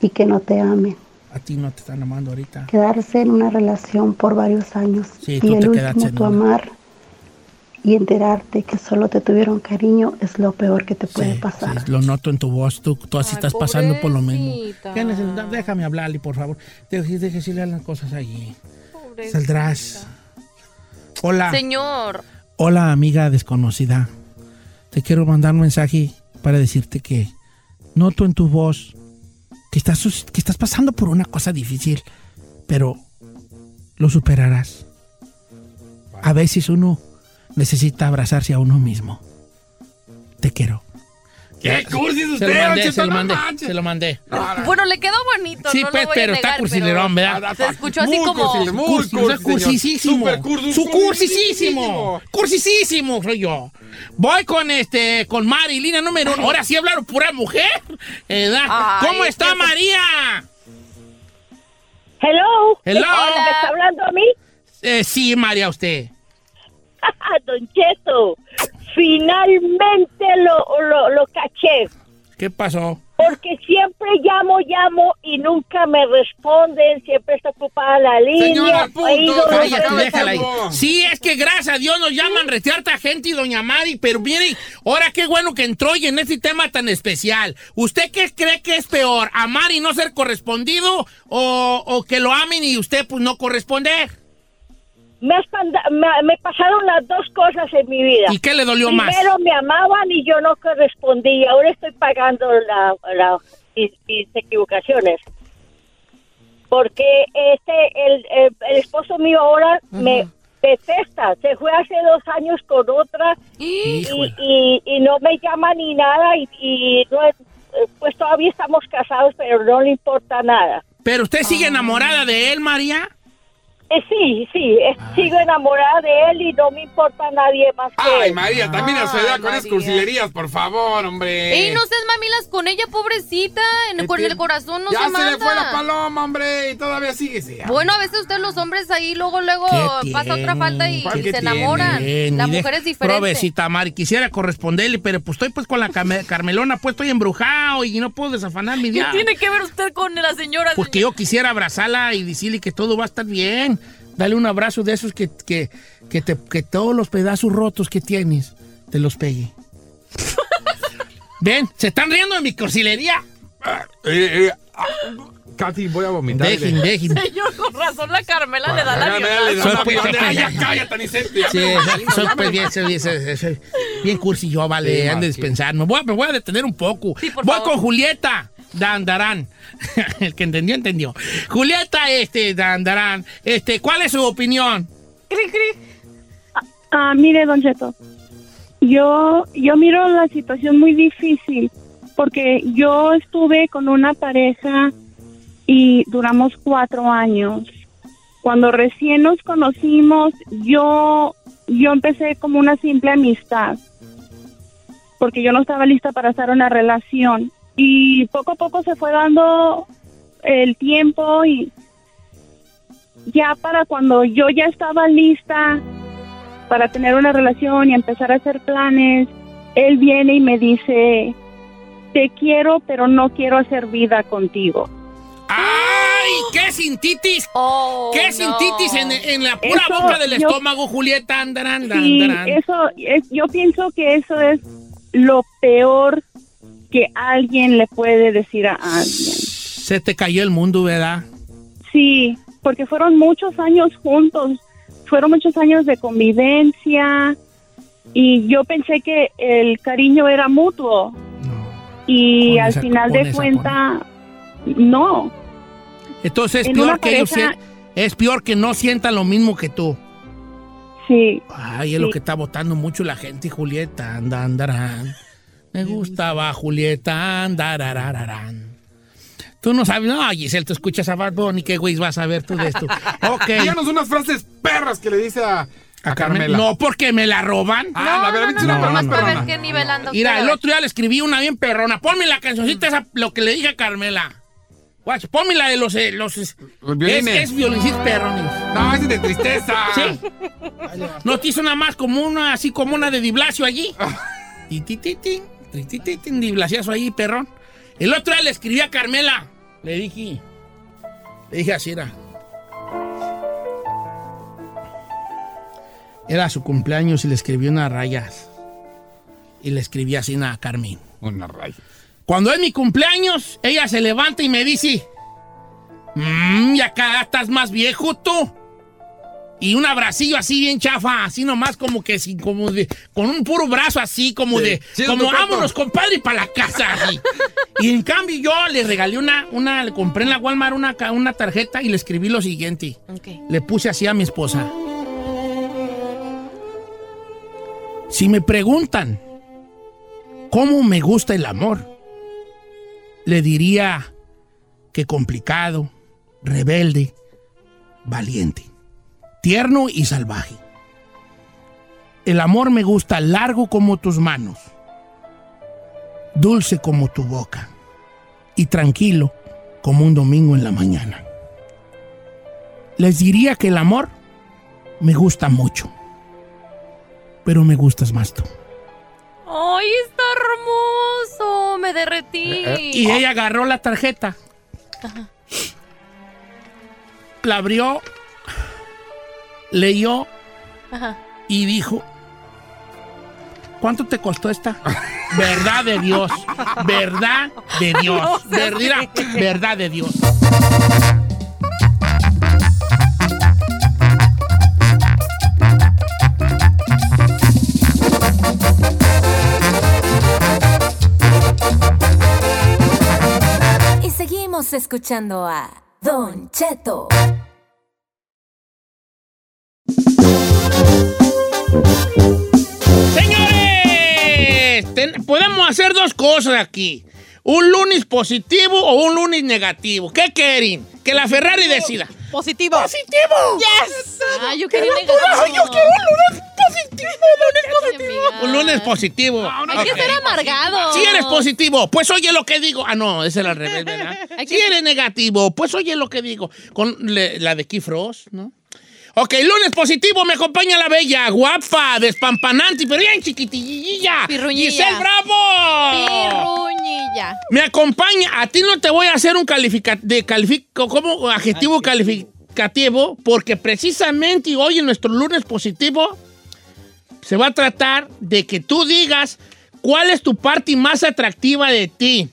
[SPEAKER 8] y que no te amen.
[SPEAKER 1] A ti no te están amando ahorita.
[SPEAKER 8] Quedarse en una relación por varios años
[SPEAKER 1] Sí, tú
[SPEAKER 8] y
[SPEAKER 1] te
[SPEAKER 8] el
[SPEAKER 1] quedaste
[SPEAKER 8] último
[SPEAKER 1] en
[SPEAKER 8] tu
[SPEAKER 1] una.
[SPEAKER 8] amar y enterarte que solo te tuvieron cariño es lo peor que te puede
[SPEAKER 1] Sí,
[SPEAKER 8] pasar.
[SPEAKER 1] sí, lo noto en tu voz. Tú, tú así
[SPEAKER 5] Ay,
[SPEAKER 1] estás pasando por lo mismo.
[SPEAKER 5] pobrecita.
[SPEAKER 1] ¿Qué necesidad? Déjame hablarle, por favor. Deje, deje decirle las cosas allí.
[SPEAKER 5] Pobre-
[SPEAKER 1] Saldrás. Hola.
[SPEAKER 5] Señor.
[SPEAKER 1] Hola, amiga desconocida. Te quiero mandar un mensaje para decirte que noto en tu voz que estás, sus- que estás pasando por una cosa difícil, pero lo superarás. A veces uno necesita abrazarse a uno mismo. Te quiero.
[SPEAKER 4] ¡Qué cursis
[SPEAKER 1] Se
[SPEAKER 4] usted,
[SPEAKER 1] lo
[SPEAKER 4] don
[SPEAKER 1] mandé,
[SPEAKER 4] Cheto,
[SPEAKER 1] se lo
[SPEAKER 4] no
[SPEAKER 1] mandé,
[SPEAKER 4] manches!
[SPEAKER 1] se lo mandé.
[SPEAKER 5] Bueno, le quedó bonito,
[SPEAKER 1] Sí,
[SPEAKER 5] no
[SPEAKER 1] pues,
[SPEAKER 5] lo voy
[SPEAKER 1] pero
[SPEAKER 5] a
[SPEAKER 1] está
[SPEAKER 5] negar,
[SPEAKER 1] cursilerón,
[SPEAKER 5] pero-
[SPEAKER 1] ¿verdad?
[SPEAKER 5] Se escuchó así como-
[SPEAKER 4] Muy
[SPEAKER 1] Cursi, o sea, cursisísimo. Su cursisísimo. Cursisísimo soy yo. Voy con este, con Marilina número uno. Ahora sí hablaron pura mujer. Eh, da.
[SPEAKER 5] Ay,
[SPEAKER 1] ¿Cómo está
[SPEAKER 5] qué-
[SPEAKER 1] María?
[SPEAKER 9] Hello.
[SPEAKER 1] Hello.
[SPEAKER 9] Hola, ¿me está hablando a mí?
[SPEAKER 1] Eh, sí, María, usted.
[SPEAKER 9] Don Cheto, finalmente lo, lo, lo caché.
[SPEAKER 1] ¿Qué pasó?
[SPEAKER 9] Porque siempre llamo, llamo y nunca me responden. Siempre está ocupada la línea.
[SPEAKER 4] punto,
[SPEAKER 9] oído, no
[SPEAKER 4] Pero
[SPEAKER 1] Cállate,
[SPEAKER 4] ya me
[SPEAKER 9] sé.
[SPEAKER 1] déjala ahí.
[SPEAKER 4] acabó.
[SPEAKER 1] Sí, es que gracias a Dios nos llaman retearta gente y doña Mari, pero mire, ahora qué bueno que entró y en este tema tan especial. ¿Usted qué cree que es peor, amar y no ser correspondido o, o que lo amen y usted pues no corresponder?
[SPEAKER 9] me, has panda- me- me pasaron las dos cosas en mi vida.
[SPEAKER 1] ¿Y qué le dolió más?
[SPEAKER 9] Primero me amaban y yo no correspondí. Ahora estoy pagando la, la- mis, mis equivocaciones. Porque este el, el- el esposo mío ahora me detesta. Se fue hace dos años con otra y,
[SPEAKER 1] Híjole.
[SPEAKER 9] y- y no me llama ni nada. Y, y no es- pues todavía estamos casados, pero no le importa nada.
[SPEAKER 1] ¿Pero usted sigue enamorada de él, María?
[SPEAKER 9] Eh, sí, sí, eh, sigo enamorada de él y no me importa nadie más que
[SPEAKER 4] Ay,
[SPEAKER 9] él.
[SPEAKER 4] María, también a su
[SPEAKER 5] Ay,
[SPEAKER 4] edad con esas
[SPEAKER 5] María.
[SPEAKER 4] cursilerías, por favor, hombre.
[SPEAKER 5] Ey, no seas mamilas con ella, pobrecita. En, con el corazón no
[SPEAKER 4] ya
[SPEAKER 5] se manda.
[SPEAKER 4] le fue la paloma, hombre, y todavía sigue. Eh, sí.
[SPEAKER 5] Bueno, a veces ustedes los hombres ahí luego, luego
[SPEAKER 1] ¿Qué
[SPEAKER 5] pasa otra
[SPEAKER 1] tiene?
[SPEAKER 5] falta y
[SPEAKER 1] ¿Cuál
[SPEAKER 5] se
[SPEAKER 1] que tiene?
[SPEAKER 5] enamoran.
[SPEAKER 1] Ni
[SPEAKER 5] La
[SPEAKER 1] de-
[SPEAKER 5] mujer es diferente.
[SPEAKER 1] Provecita, Mari, quisiera corresponderle, pero pues estoy pues con la Carme- Carmelona, pues estoy embrujado y no puedo desafanar mi
[SPEAKER 5] ¿Qué
[SPEAKER 1] día.
[SPEAKER 5] tiene que ver usted con la señora?
[SPEAKER 1] Porque Pues yo quisiera abrazarla y decirle que todo va a estar bien. Dale un abrazo de esos que, que, que, te- que todos los pedazos rotos que tienes te los pegue. Ven, se están riendo de mi cursilería.
[SPEAKER 4] Eh, eh, ah, Katy, voy a vomitar.
[SPEAKER 1] Dejen, dejen.
[SPEAKER 5] señor? Señor, con razón la Carmela le da la
[SPEAKER 4] Dale,
[SPEAKER 5] viola.
[SPEAKER 1] Soy
[SPEAKER 4] dale,
[SPEAKER 1] pues-
[SPEAKER 4] dale, ya cállate, Nicente.
[SPEAKER 1] Sí, soy pues, bien, soy bien, soy- soy- soy bien cursi yo, vale,
[SPEAKER 4] Sí,
[SPEAKER 1] han de
[SPEAKER 4] Martín.
[SPEAKER 1] dispensar. Me voy, a- me voy a detener un poco.
[SPEAKER 5] Sí, por
[SPEAKER 1] voy
[SPEAKER 5] favor.
[SPEAKER 1] con Julieta Dandarán. El que entendió, entendió. Julieta, este, Dandarán, este, ¿cuál es su opinión?
[SPEAKER 5] Cri, cri.
[SPEAKER 9] Ah, mire, don Cheto, yo, yo miro la situación muy difícil porque yo estuve con una pareja y duramos cuatro años. Cuando recién nos conocimos, yo, yo empecé como una simple amistad porque yo no estaba lista para estar en una relación y poco a poco se fue dando el tiempo y ya para cuando yo ya estaba lista para tener una relación y empezar a hacer planes, él viene y me dice, te quiero, pero no quiero hacer vida contigo.
[SPEAKER 1] ¡Ay! ¿Qué sintitis?
[SPEAKER 5] Oh,
[SPEAKER 1] ¿Qué
[SPEAKER 5] no.
[SPEAKER 1] sintitis en, en la pura
[SPEAKER 9] Eso,
[SPEAKER 1] boca del
[SPEAKER 9] yo-
[SPEAKER 1] estómago, Julieta? Andarán,
[SPEAKER 9] Sí, eso, es, yo pienso que eso es lo peor que alguien le puede decir a alguien.
[SPEAKER 1] Se te cayó el mundo, ¿verdad?
[SPEAKER 9] Sí, porque fueron muchos años juntos, fueron muchos años de convivencia y yo pensé que el cariño era mutuo
[SPEAKER 1] No.
[SPEAKER 9] y
[SPEAKER 1] Con
[SPEAKER 9] al
[SPEAKER 1] esa-
[SPEAKER 9] final
[SPEAKER 1] con
[SPEAKER 9] de
[SPEAKER 1] esa
[SPEAKER 9] cuenta, no.
[SPEAKER 1] Entonces es
[SPEAKER 9] En
[SPEAKER 1] peor
[SPEAKER 9] una
[SPEAKER 1] que ellos
[SPEAKER 9] pareja-
[SPEAKER 1] sien- es peor que no sientan lo mismo que tú.
[SPEAKER 9] Sí.
[SPEAKER 1] Ay, es lo que está votando mucho la gente, Julieta. Anda, andarán. Me gustaba Julieta, andarararán. Tú no sabes, no, Giselle, tú escuchas a Bad Bunny, qué güey vas a ver tú de esto. Ok.
[SPEAKER 4] Díganos unas frases perras que le dice a, a
[SPEAKER 1] A Carmen-
[SPEAKER 4] Carmela.
[SPEAKER 1] No, porque me la roban.
[SPEAKER 4] Ah, a ver,
[SPEAKER 5] no,
[SPEAKER 4] vente
[SPEAKER 5] no,
[SPEAKER 4] una
[SPEAKER 5] no,
[SPEAKER 4] perrona,
[SPEAKER 5] nomás para ver
[SPEAKER 4] perrona.
[SPEAKER 5] qué nivel anda
[SPEAKER 1] Mira,
[SPEAKER 5] usted
[SPEAKER 1] el
[SPEAKER 5] hoy.
[SPEAKER 1] otro día le escribí una bien perrona. Ponme la cancioncita esa, lo que le dije a Carmela. Guacho, ponme la de los... eh, los es,
[SPEAKER 4] violines.
[SPEAKER 1] es, es violincitos perrones.
[SPEAKER 4] No, ese es de tristeza.
[SPEAKER 1] ¿Sí? No te hizo nada más como una, así como una de Diblacio allí. Titititín, titititín, Diblaciazo ahí, perrón. El otro día le escribí a Carmela. Le dije. Le dije así era. Era su cumpleaños y le escribí unas rayas. Y le escribí así a Carmen.
[SPEAKER 4] Una raya.
[SPEAKER 1] Cuando es mi cumpleaños, ella se levanta y me dice, mmm, y acá estás más viejo tú. Y un abracillo así bien chafa, así nomás como que sin, como de, con un puro brazo así, como
[SPEAKER 4] Sí,
[SPEAKER 1] de,
[SPEAKER 4] sí,
[SPEAKER 1] como
[SPEAKER 4] don Pepe.
[SPEAKER 1] vámonos compadre para la casa. así. y en cambio yo le regalé una, una, le compré en la Walmart una, ca- una tarjeta y le escribí lo siguiente.
[SPEAKER 3] Ok.
[SPEAKER 1] Le puse así a mi esposa. Si me preguntan cómo me gusta el amor, le diría que complicado, rebelde, valiente, tierno y salvaje. El amor me gusta largo como tus manos, dulce como tu boca y tranquilo como un domingo en la mañana les diría que el amor me gusta mucho. Pero me gustas más tú.
[SPEAKER 3] ¡Ay, está hermoso! Me derretí.
[SPEAKER 1] Y ella agarró la tarjeta. La abrió, leyó
[SPEAKER 3] Ajá.
[SPEAKER 1] y dijo, ¿cuánto te costó esta? verdad de Dios, verdad de Dios, verdad, verdad de Dios.
[SPEAKER 6] Y seguimos escuchando a Don Cheto.
[SPEAKER 1] Señores, ten- podemos hacer dos cosas aquí. Un lunes positivo o un lunes negativo. ¿Qué quieren? Que la Ferrari decida.
[SPEAKER 10] Positivo.
[SPEAKER 1] ¡Positivo!
[SPEAKER 5] Ah, yo quería
[SPEAKER 1] Ay, yo quiero un lunes positivo, un lunes
[SPEAKER 5] negativo.
[SPEAKER 1] positivo. Un lunes positivo.
[SPEAKER 5] Hay que
[SPEAKER 1] Ok.
[SPEAKER 5] ser amargado.
[SPEAKER 1] Si eres positivo, pues oye lo que digo. Ah, no, es el al revés, ¿verdad?
[SPEAKER 5] Hay
[SPEAKER 1] si
[SPEAKER 5] que-
[SPEAKER 1] eres negativo, pues oye lo que digo. Con le- la de Kifros, ¿no? Ok, lunes positivo, me acompaña la bella, guapa, despampanante, pero bien chiquitilla.
[SPEAKER 5] Pirruñilla.
[SPEAKER 1] Giselle Bravo.
[SPEAKER 5] Pirruñilla.
[SPEAKER 1] Me acompaña. A ti no te voy a hacer un califica- de califico, como adjetivo calificativo, porque precisamente hoy en nuestro lunes positivo se va a tratar de que tú digas cuál es tu parte más atractiva de ti.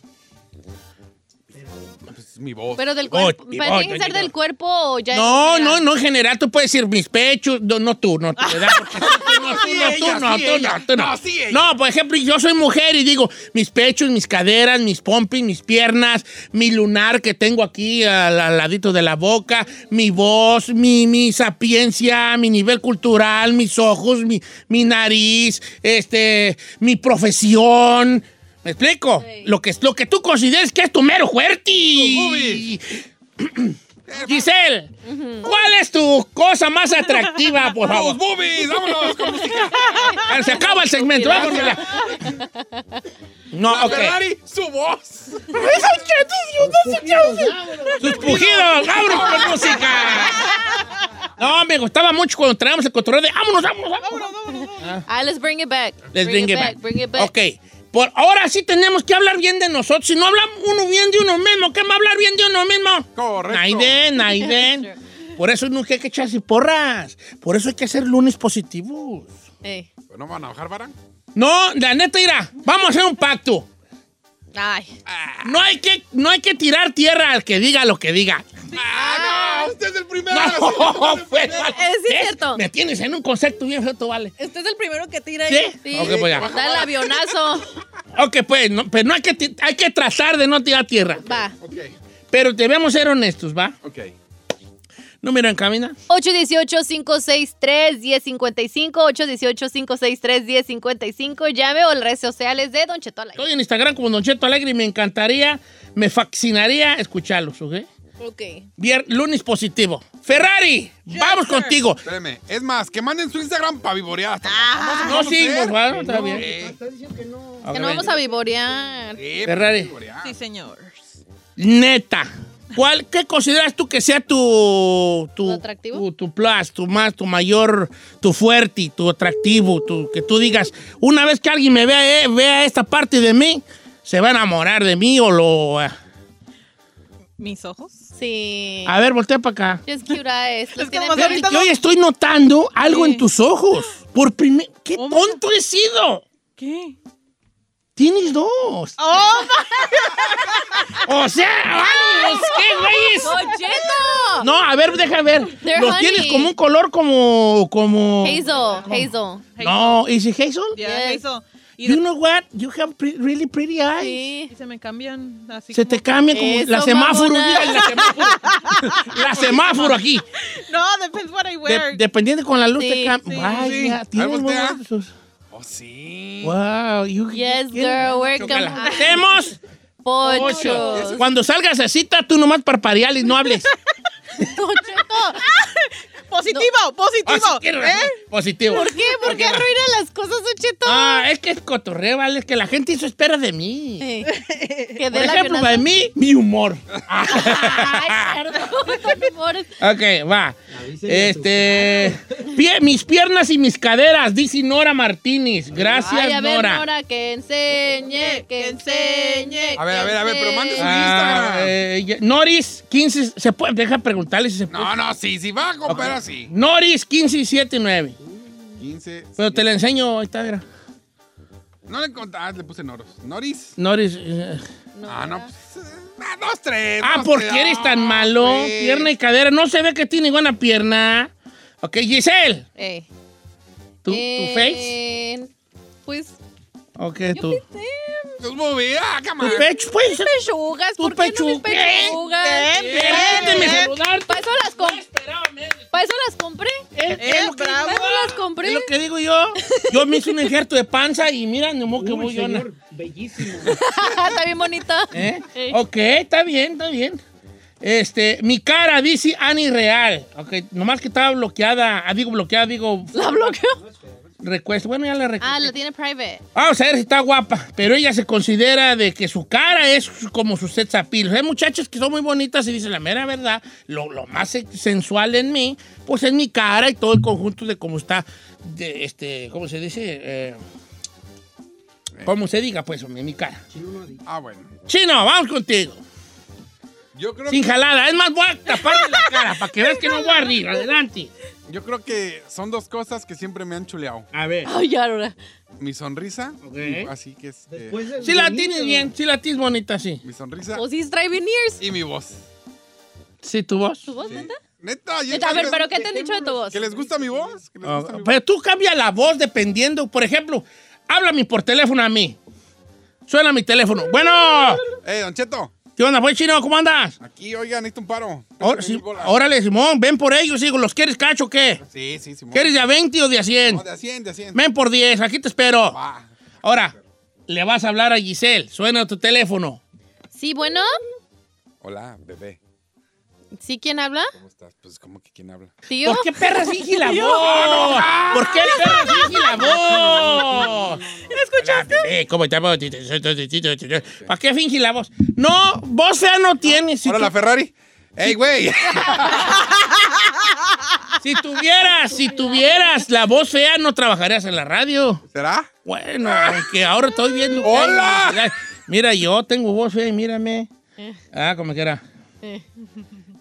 [SPEAKER 4] Es mi voz.
[SPEAKER 5] Pero del
[SPEAKER 1] Voy,
[SPEAKER 5] cuerpo.
[SPEAKER 1] voy,
[SPEAKER 5] pero ¿Tiene
[SPEAKER 1] voy,
[SPEAKER 5] que ser
[SPEAKER 1] voy.
[SPEAKER 5] del cuerpo o ya?
[SPEAKER 1] No,
[SPEAKER 5] es- Ah.
[SPEAKER 1] no, no, en general tú puedes decir mis pechos, no, no tú, no, tú, ¿verdad? Porque tú no, tú no, tú no, tú no, tú no. No, por ejemplo, yo soy mujer y digo mis pechos, mis caderas, mis pompis, mis piernas, mi lunar que tengo aquí al, al ladito de la boca, mi voz, mi, mi sapiencia, mi nivel cultural, mis ojos, mi, mi nariz, este, mi profesión. ¿Me explico? Lo, que, lo que tú consideres que es tu mero fuerte.
[SPEAKER 4] boobies.
[SPEAKER 1] Giselle, ¿cuál es tu cosa más atractiva, por favor?
[SPEAKER 4] ¡Vamos, boobies! ¡Vámonos! con música!
[SPEAKER 1] Se acaba el segmento, vámonos ya. No, ok.
[SPEAKER 4] Ferrari, su voz.
[SPEAKER 1] Sus pujidos, vámonos con música. No, me gustaba mucho cuando traíamos el control de vámonos, vámonos, vámonos.
[SPEAKER 5] Ah, let's bring it back.
[SPEAKER 1] Les bring it back.
[SPEAKER 5] Bring it back.
[SPEAKER 1] Ok. Por ahora sí tenemos que hablar bien de nosotros. Si no hablamos uno bien de uno mismo, ¿qué más hablar bien de uno mismo?
[SPEAKER 4] Correcto.
[SPEAKER 1] Naiden, Naiden. Por eso no hay que echarse porras. Por eso hay que hacer lunes positivos.
[SPEAKER 5] Ey.
[SPEAKER 4] Pues ¿No van a bajar, Barán?
[SPEAKER 1] No, la neta irá. Vamos a hacer un pacto.
[SPEAKER 5] Ay.
[SPEAKER 1] No hay que, no hay que tirar tierra al que diga lo que diga.
[SPEAKER 4] ¡Ah, no! ¡Usted es el primero!
[SPEAKER 1] No, pues,
[SPEAKER 5] es
[SPEAKER 1] ¿ves?
[SPEAKER 5] cierto.
[SPEAKER 1] Me tienes en un concepto bien feo, tú, vale.
[SPEAKER 10] Este es el primero que tira.
[SPEAKER 1] ¿Sí?
[SPEAKER 10] ahí.
[SPEAKER 5] Sí.
[SPEAKER 1] Ok, pues ya.
[SPEAKER 5] Da el avionazo.
[SPEAKER 1] Ok, pues, no, pero no hay que, ti- hay que tratar de no tirar tierra.
[SPEAKER 5] Va.
[SPEAKER 4] Ok,
[SPEAKER 1] Pero debemos ser honestos, ¿va?
[SPEAKER 4] ok.
[SPEAKER 1] Número en camina.
[SPEAKER 5] 818-563-1055, 818-563-1055, llame o las redes sociales de Don Cheto al aire.
[SPEAKER 1] Estoy en Instagram como Don Cheto Alegre y me encantaría, me fascinaría escucharlos, ¿ok?
[SPEAKER 5] Ok.
[SPEAKER 1] Vier- lunes positivo. Ferrari, vamos contigo.
[SPEAKER 4] Espérame. Es más, que manden su Instagram para vivorear. hasta-
[SPEAKER 1] No, sí, por favor, está bien. Ok,
[SPEAKER 5] Que no vamos
[SPEAKER 1] ven.
[SPEAKER 5] a vivorear.
[SPEAKER 4] Sí,
[SPEAKER 1] Ferrari.
[SPEAKER 4] vivorear.
[SPEAKER 10] Sí, señor.
[SPEAKER 1] Neta. ¿Cuál, ¿Qué consideras tú que sea tu, tu,
[SPEAKER 5] ¿Tu atractivo?
[SPEAKER 1] tu, tu plus, tu más, tu mayor, tu fuerte, tu atractivo, tu, que tú digas, una vez que alguien me vea, eh, vea esta parte de mí, se va a enamorar de mí o lo... eh.
[SPEAKER 10] Mis ojos.
[SPEAKER 5] Sí.
[SPEAKER 1] A ver, voltea para acá.
[SPEAKER 5] Just cute eyes. Los
[SPEAKER 10] que
[SPEAKER 5] tienen
[SPEAKER 10] nomás
[SPEAKER 1] Fíjate
[SPEAKER 10] ahorita
[SPEAKER 1] que
[SPEAKER 10] no-
[SPEAKER 1] hoy estoy notando algo
[SPEAKER 10] Sí.
[SPEAKER 1] en tus ojos. Por primer... ¡Qué
[SPEAKER 10] Oh, my
[SPEAKER 1] tonto he sido!
[SPEAKER 10] ¿Qué?
[SPEAKER 1] Tienes dos.
[SPEAKER 10] ¡Oh,
[SPEAKER 1] O sea, ánimos, qué güeyes.
[SPEAKER 5] ¡Don Cheto!
[SPEAKER 1] No, a ver, deja ver.
[SPEAKER 5] They're
[SPEAKER 1] Los
[SPEAKER 5] honey.
[SPEAKER 1] tienes como un color como como
[SPEAKER 5] Hazel, Hazel.
[SPEAKER 1] No, is it Hazel?
[SPEAKER 10] Ya
[SPEAKER 5] Yes.
[SPEAKER 10] eso. Y,
[SPEAKER 1] You know what? You have pre- really pretty eyes.
[SPEAKER 5] Sí.
[SPEAKER 10] y se me cambian así.
[SPEAKER 1] Se te
[SPEAKER 10] como-
[SPEAKER 1] cambia como
[SPEAKER 5] Eso,
[SPEAKER 1] la semáforo.
[SPEAKER 5] mamona.
[SPEAKER 1] mira, la semáforo. la semáforo aquí.
[SPEAKER 10] No, depends what I
[SPEAKER 1] De-
[SPEAKER 10] wear.
[SPEAKER 1] dependiendo con la luz
[SPEAKER 5] Sí,
[SPEAKER 1] te cambia.
[SPEAKER 10] sí,
[SPEAKER 1] Vaya,
[SPEAKER 4] sí.
[SPEAKER 1] tienes
[SPEAKER 4] Ahí
[SPEAKER 1] muy
[SPEAKER 4] voltea.
[SPEAKER 1] buenos ojos.
[SPEAKER 4] Oh, sí.
[SPEAKER 1] Wow, you
[SPEAKER 5] Yes,
[SPEAKER 1] ¿Quién?
[SPEAKER 5] girl, we're
[SPEAKER 1] Chócala.
[SPEAKER 5] com-
[SPEAKER 1] Hacemos ocho.
[SPEAKER 5] Pochos.
[SPEAKER 1] Cuando salgas a cita, tú nomás parpadeales y no hables.
[SPEAKER 5] Don Cheto,
[SPEAKER 10] Positivo,
[SPEAKER 1] Ah, sí,
[SPEAKER 10] positivo.
[SPEAKER 1] tienes razón.
[SPEAKER 10] ¿Eh?
[SPEAKER 1] Positivo.
[SPEAKER 5] ¿Por qué? ¿Por qué arruina las cosas, Don Cheto?
[SPEAKER 1] Ah, es que es cotorreo, ¿vale? Es que la gente eso espera de mí.
[SPEAKER 5] Sí. Que Ah.
[SPEAKER 1] Por
[SPEAKER 5] dé Eh, la
[SPEAKER 1] ejemplo,
[SPEAKER 5] avionazo.
[SPEAKER 1] para mí, mi humor.
[SPEAKER 5] Ay, perdón, por favor.
[SPEAKER 1] ok, va. Este, pie- mis piernas y mis caderas, dice Nora Martínez. Gracias,
[SPEAKER 5] Ay, a ver,
[SPEAKER 1] Nora.
[SPEAKER 5] Nora, que enseñe, que enseñe.
[SPEAKER 4] A ver,
[SPEAKER 5] que
[SPEAKER 4] a ver, a ver, pero mande su
[SPEAKER 5] enseñe.
[SPEAKER 1] Ah,
[SPEAKER 4] Instagram.
[SPEAKER 1] eh, ya- Noris 15, se puede, deja preguntarle si se puede.
[SPEAKER 4] No, no, sí, sí va a comprar así.
[SPEAKER 1] Noris 15779.
[SPEAKER 4] 15.
[SPEAKER 1] Pero te la enseño, ahí está, mira.
[SPEAKER 4] No le conté. Ah, le puse Noros. Noris.
[SPEAKER 1] Noris. eh.
[SPEAKER 4] Ah, no, pues. eh, ah, dos, tres.
[SPEAKER 1] Ah,
[SPEAKER 4] dos,
[SPEAKER 1] ¿por
[SPEAKER 4] tres.
[SPEAKER 1] qué eres tan
[SPEAKER 4] Ah,
[SPEAKER 1] malo?
[SPEAKER 4] sí.
[SPEAKER 1] Pierna y cadera. No se ve que tiene buena pierna. Ok, Giselle.
[SPEAKER 5] Ey.
[SPEAKER 1] ¿Tu, tu
[SPEAKER 5] Eh,
[SPEAKER 1] face?
[SPEAKER 5] Pues,
[SPEAKER 1] Ok, tu,
[SPEAKER 4] Pues movida,
[SPEAKER 1] tu
[SPEAKER 4] cámara.
[SPEAKER 1] pecho, pues.
[SPEAKER 5] pechugas,
[SPEAKER 1] Tu
[SPEAKER 5] ¿por qué no mis
[SPEAKER 1] pechuga.
[SPEAKER 5] pechugas?
[SPEAKER 10] Bien,
[SPEAKER 1] Permíteme
[SPEAKER 10] bien.
[SPEAKER 5] Para
[SPEAKER 1] saludarte.
[SPEAKER 5] eso las compré. Para eso las compré.
[SPEAKER 1] Es,
[SPEAKER 10] Eh,
[SPEAKER 1] es lo que,
[SPEAKER 10] bravo.
[SPEAKER 5] Para eso las compré.
[SPEAKER 1] es lo que digo yo. Yo me hice un injerto de panza y mira, no modo que voy yo. na-
[SPEAKER 5] Está bien bonita.
[SPEAKER 1] ¿Eh? Ok, está bien, está bien. Este, mi cara dice Ani Real. Ok, nomás que estaba bloqueada. Ah, digo bloqueada, digo.
[SPEAKER 5] La bloqueó.
[SPEAKER 1] Recuesto. Bueno, ya la recuesto.
[SPEAKER 5] Ah, la tiene private.
[SPEAKER 1] Vamos a ver si está guapa, pero ella se considera de que su cara es como su sex appeal. Hay muchachas que son muy bonitas y dicen la mera verdad, lo, lo más se- sensual en mí, pues es mi cara y todo el conjunto de cómo está, de, este, ¿cómo se dice? Eh, ¿Cómo se diga? Pues, hombre, mi cara.
[SPEAKER 4] Ah, bueno.
[SPEAKER 1] Chino, vamos contigo.
[SPEAKER 4] Yo creo,
[SPEAKER 1] Sin jalada. Es más, voy a taparle la cara para que veas que no voy a rir. Adelante.
[SPEAKER 4] yo creo que son dos cosas que siempre me han chuleado.
[SPEAKER 1] A ver.
[SPEAKER 5] Ay, ya, Nora.
[SPEAKER 4] Mi sonrisa,
[SPEAKER 1] Ok.
[SPEAKER 4] así que es eh,
[SPEAKER 1] Si la tienes bien, si la tienes bonita, sí.
[SPEAKER 4] mi sonrisa
[SPEAKER 5] O si Oh, es driving ears.
[SPEAKER 4] y mi voz.
[SPEAKER 1] Sí, tu voz.
[SPEAKER 5] ¿Tu voz,
[SPEAKER 4] Sí.
[SPEAKER 5] neta?
[SPEAKER 4] Neta, yo-
[SPEAKER 5] Neta, A ver, ¿pero qué te han dicho de tu voz?
[SPEAKER 4] ¿Que les gusta mi voz? ¿Que les
[SPEAKER 1] Ah,
[SPEAKER 4] gusta mi voz?
[SPEAKER 1] Pero tú cambias la voz dependiendo. Por ejemplo, háblame por teléfono a mí. Suena mi teléfono. Bueno,
[SPEAKER 4] Eh, Don Cheto,
[SPEAKER 1] ¿qué onda? Buen chino, ¿cómo andas?
[SPEAKER 4] aquí, oigan, necesito un paro.
[SPEAKER 1] Or- sí, Órale, Simón, ven por ellos, hijo. ¿Los quieres cacho o qué?
[SPEAKER 4] Sí, sí, Simón.
[SPEAKER 1] ¿Quieres de a 20 o de a 100?
[SPEAKER 4] No, de a 100, de a 100.
[SPEAKER 1] Ven por 10, aquí te espero.
[SPEAKER 4] Va.
[SPEAKER 1] Ahora, le vas a hablar a Giselle. Suena tu teléfono.
[SPEAKER 5] Sí, bueno.
[SPEAKER 4] Hola, bebé.
[SPEAKER 5] ¿Sí quién habla?
[SPEAKER 4] ¿Cómo estás? Pues, ¿cómo que quién habla?
[SPEAKER 5] ¿Tío?
[SPEAKER 1] ¿Por qué perra finge la voz? ¿Por qué perra finge la voz? escuchaste? ¿Cómo te llamas? ¿Para qué finge la voz? No, voz fea no tienes. Si,
[SPEAKER 4] Hola,
[SPEAKER 1] tu-
[SPEAKER 4] la Ferrari. ¡Ey, güey!
[SPEAKER 1] si tuvieras, si tuvieras la voz fea, no trabajarías en la radio.
[SPEAKER 4] ¿Será?
[SPEAKER 1] Bueno, aunque ahora estoy viendo. que-
[SPEAKER 4] ¡Hola!
[SPEAKER 1] Mira, yo tengo voz fea y mírame. Ah, como quiera.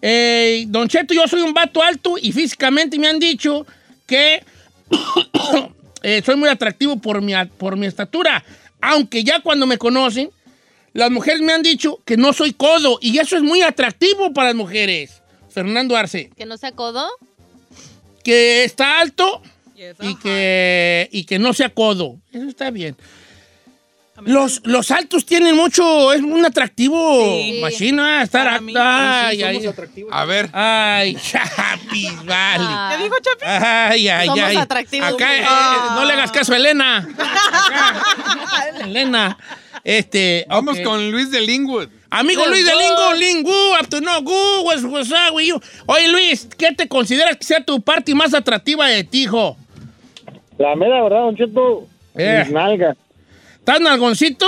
[SPEAKER 1] Eh, don Cheto, yo soy un vato alto y físicamente me han dicho que eh, soy muy atractivo por mi, a- por mi estatura. Aunque ya cuando me conocen, las mujeres me han dicho que no soy codo y eso es muy atractivo para las mujeres. Fernando Arce,
[SPEAKER 5] ¿Que no se acodó?
[SPEAKER 1] que está alto
[SPEAKER 10] Yes,
[SPEAKER 1] y
[SPEAKER 10] ajá.
[SPEAKER 1] que, y que no sea codo. Eso está bien. Los, los altos tienen mucho, es un atractivo.
[SPEAKER 4] Sí.
[SPEAKER 1] Machina, estar
[SPEAKER 4] Para
[SPEAKER 1] a-
[SPEAKER 4] mí,
[SPEAKER 1] ay,
[SPEAKER 4] sí, somos
[SPEAKER 1] ay.
[SPEAKER 4] atractivos. A ver.
[SPEAKER 1] Ah, Ay, chapis, vale.
[SPEAKER 5] ah,
[SPEAKER 10] ¿Qué dijo Chapi?
[SPEAKER 1] Ay, ay,
[SPEAKER 10] Ah. Somos
[SPEAKER 1] ay.
[SPEAKER 10] atractivos.
[SPEAKER 1] Acá, eh,
[SPEAKER 10] Ah.
[SPEAKER 1] no le hagas caso a Elena. Elena. Este,
[SPEAKER 4] Vamos
[SPEAKER 1] ok.
[SPEAKER 4] con Luis de Lingwood.
[SPEAKER 5] Ah.
[SPEAKER 1] Amigo Luis de Lingo, Lingu, up to no go, what's, what's up with you? Oye, Luis, ¿qué te consideras que sea tu parte más atractiva de ti, hijo?
[SPEAKER 11] La mera verdad, don Cheto,
[SPEAKER 1] Eh.
[SPEAKER 11] mis nalgas.
[SPEAKER 1] ¿Estás nalgoncito?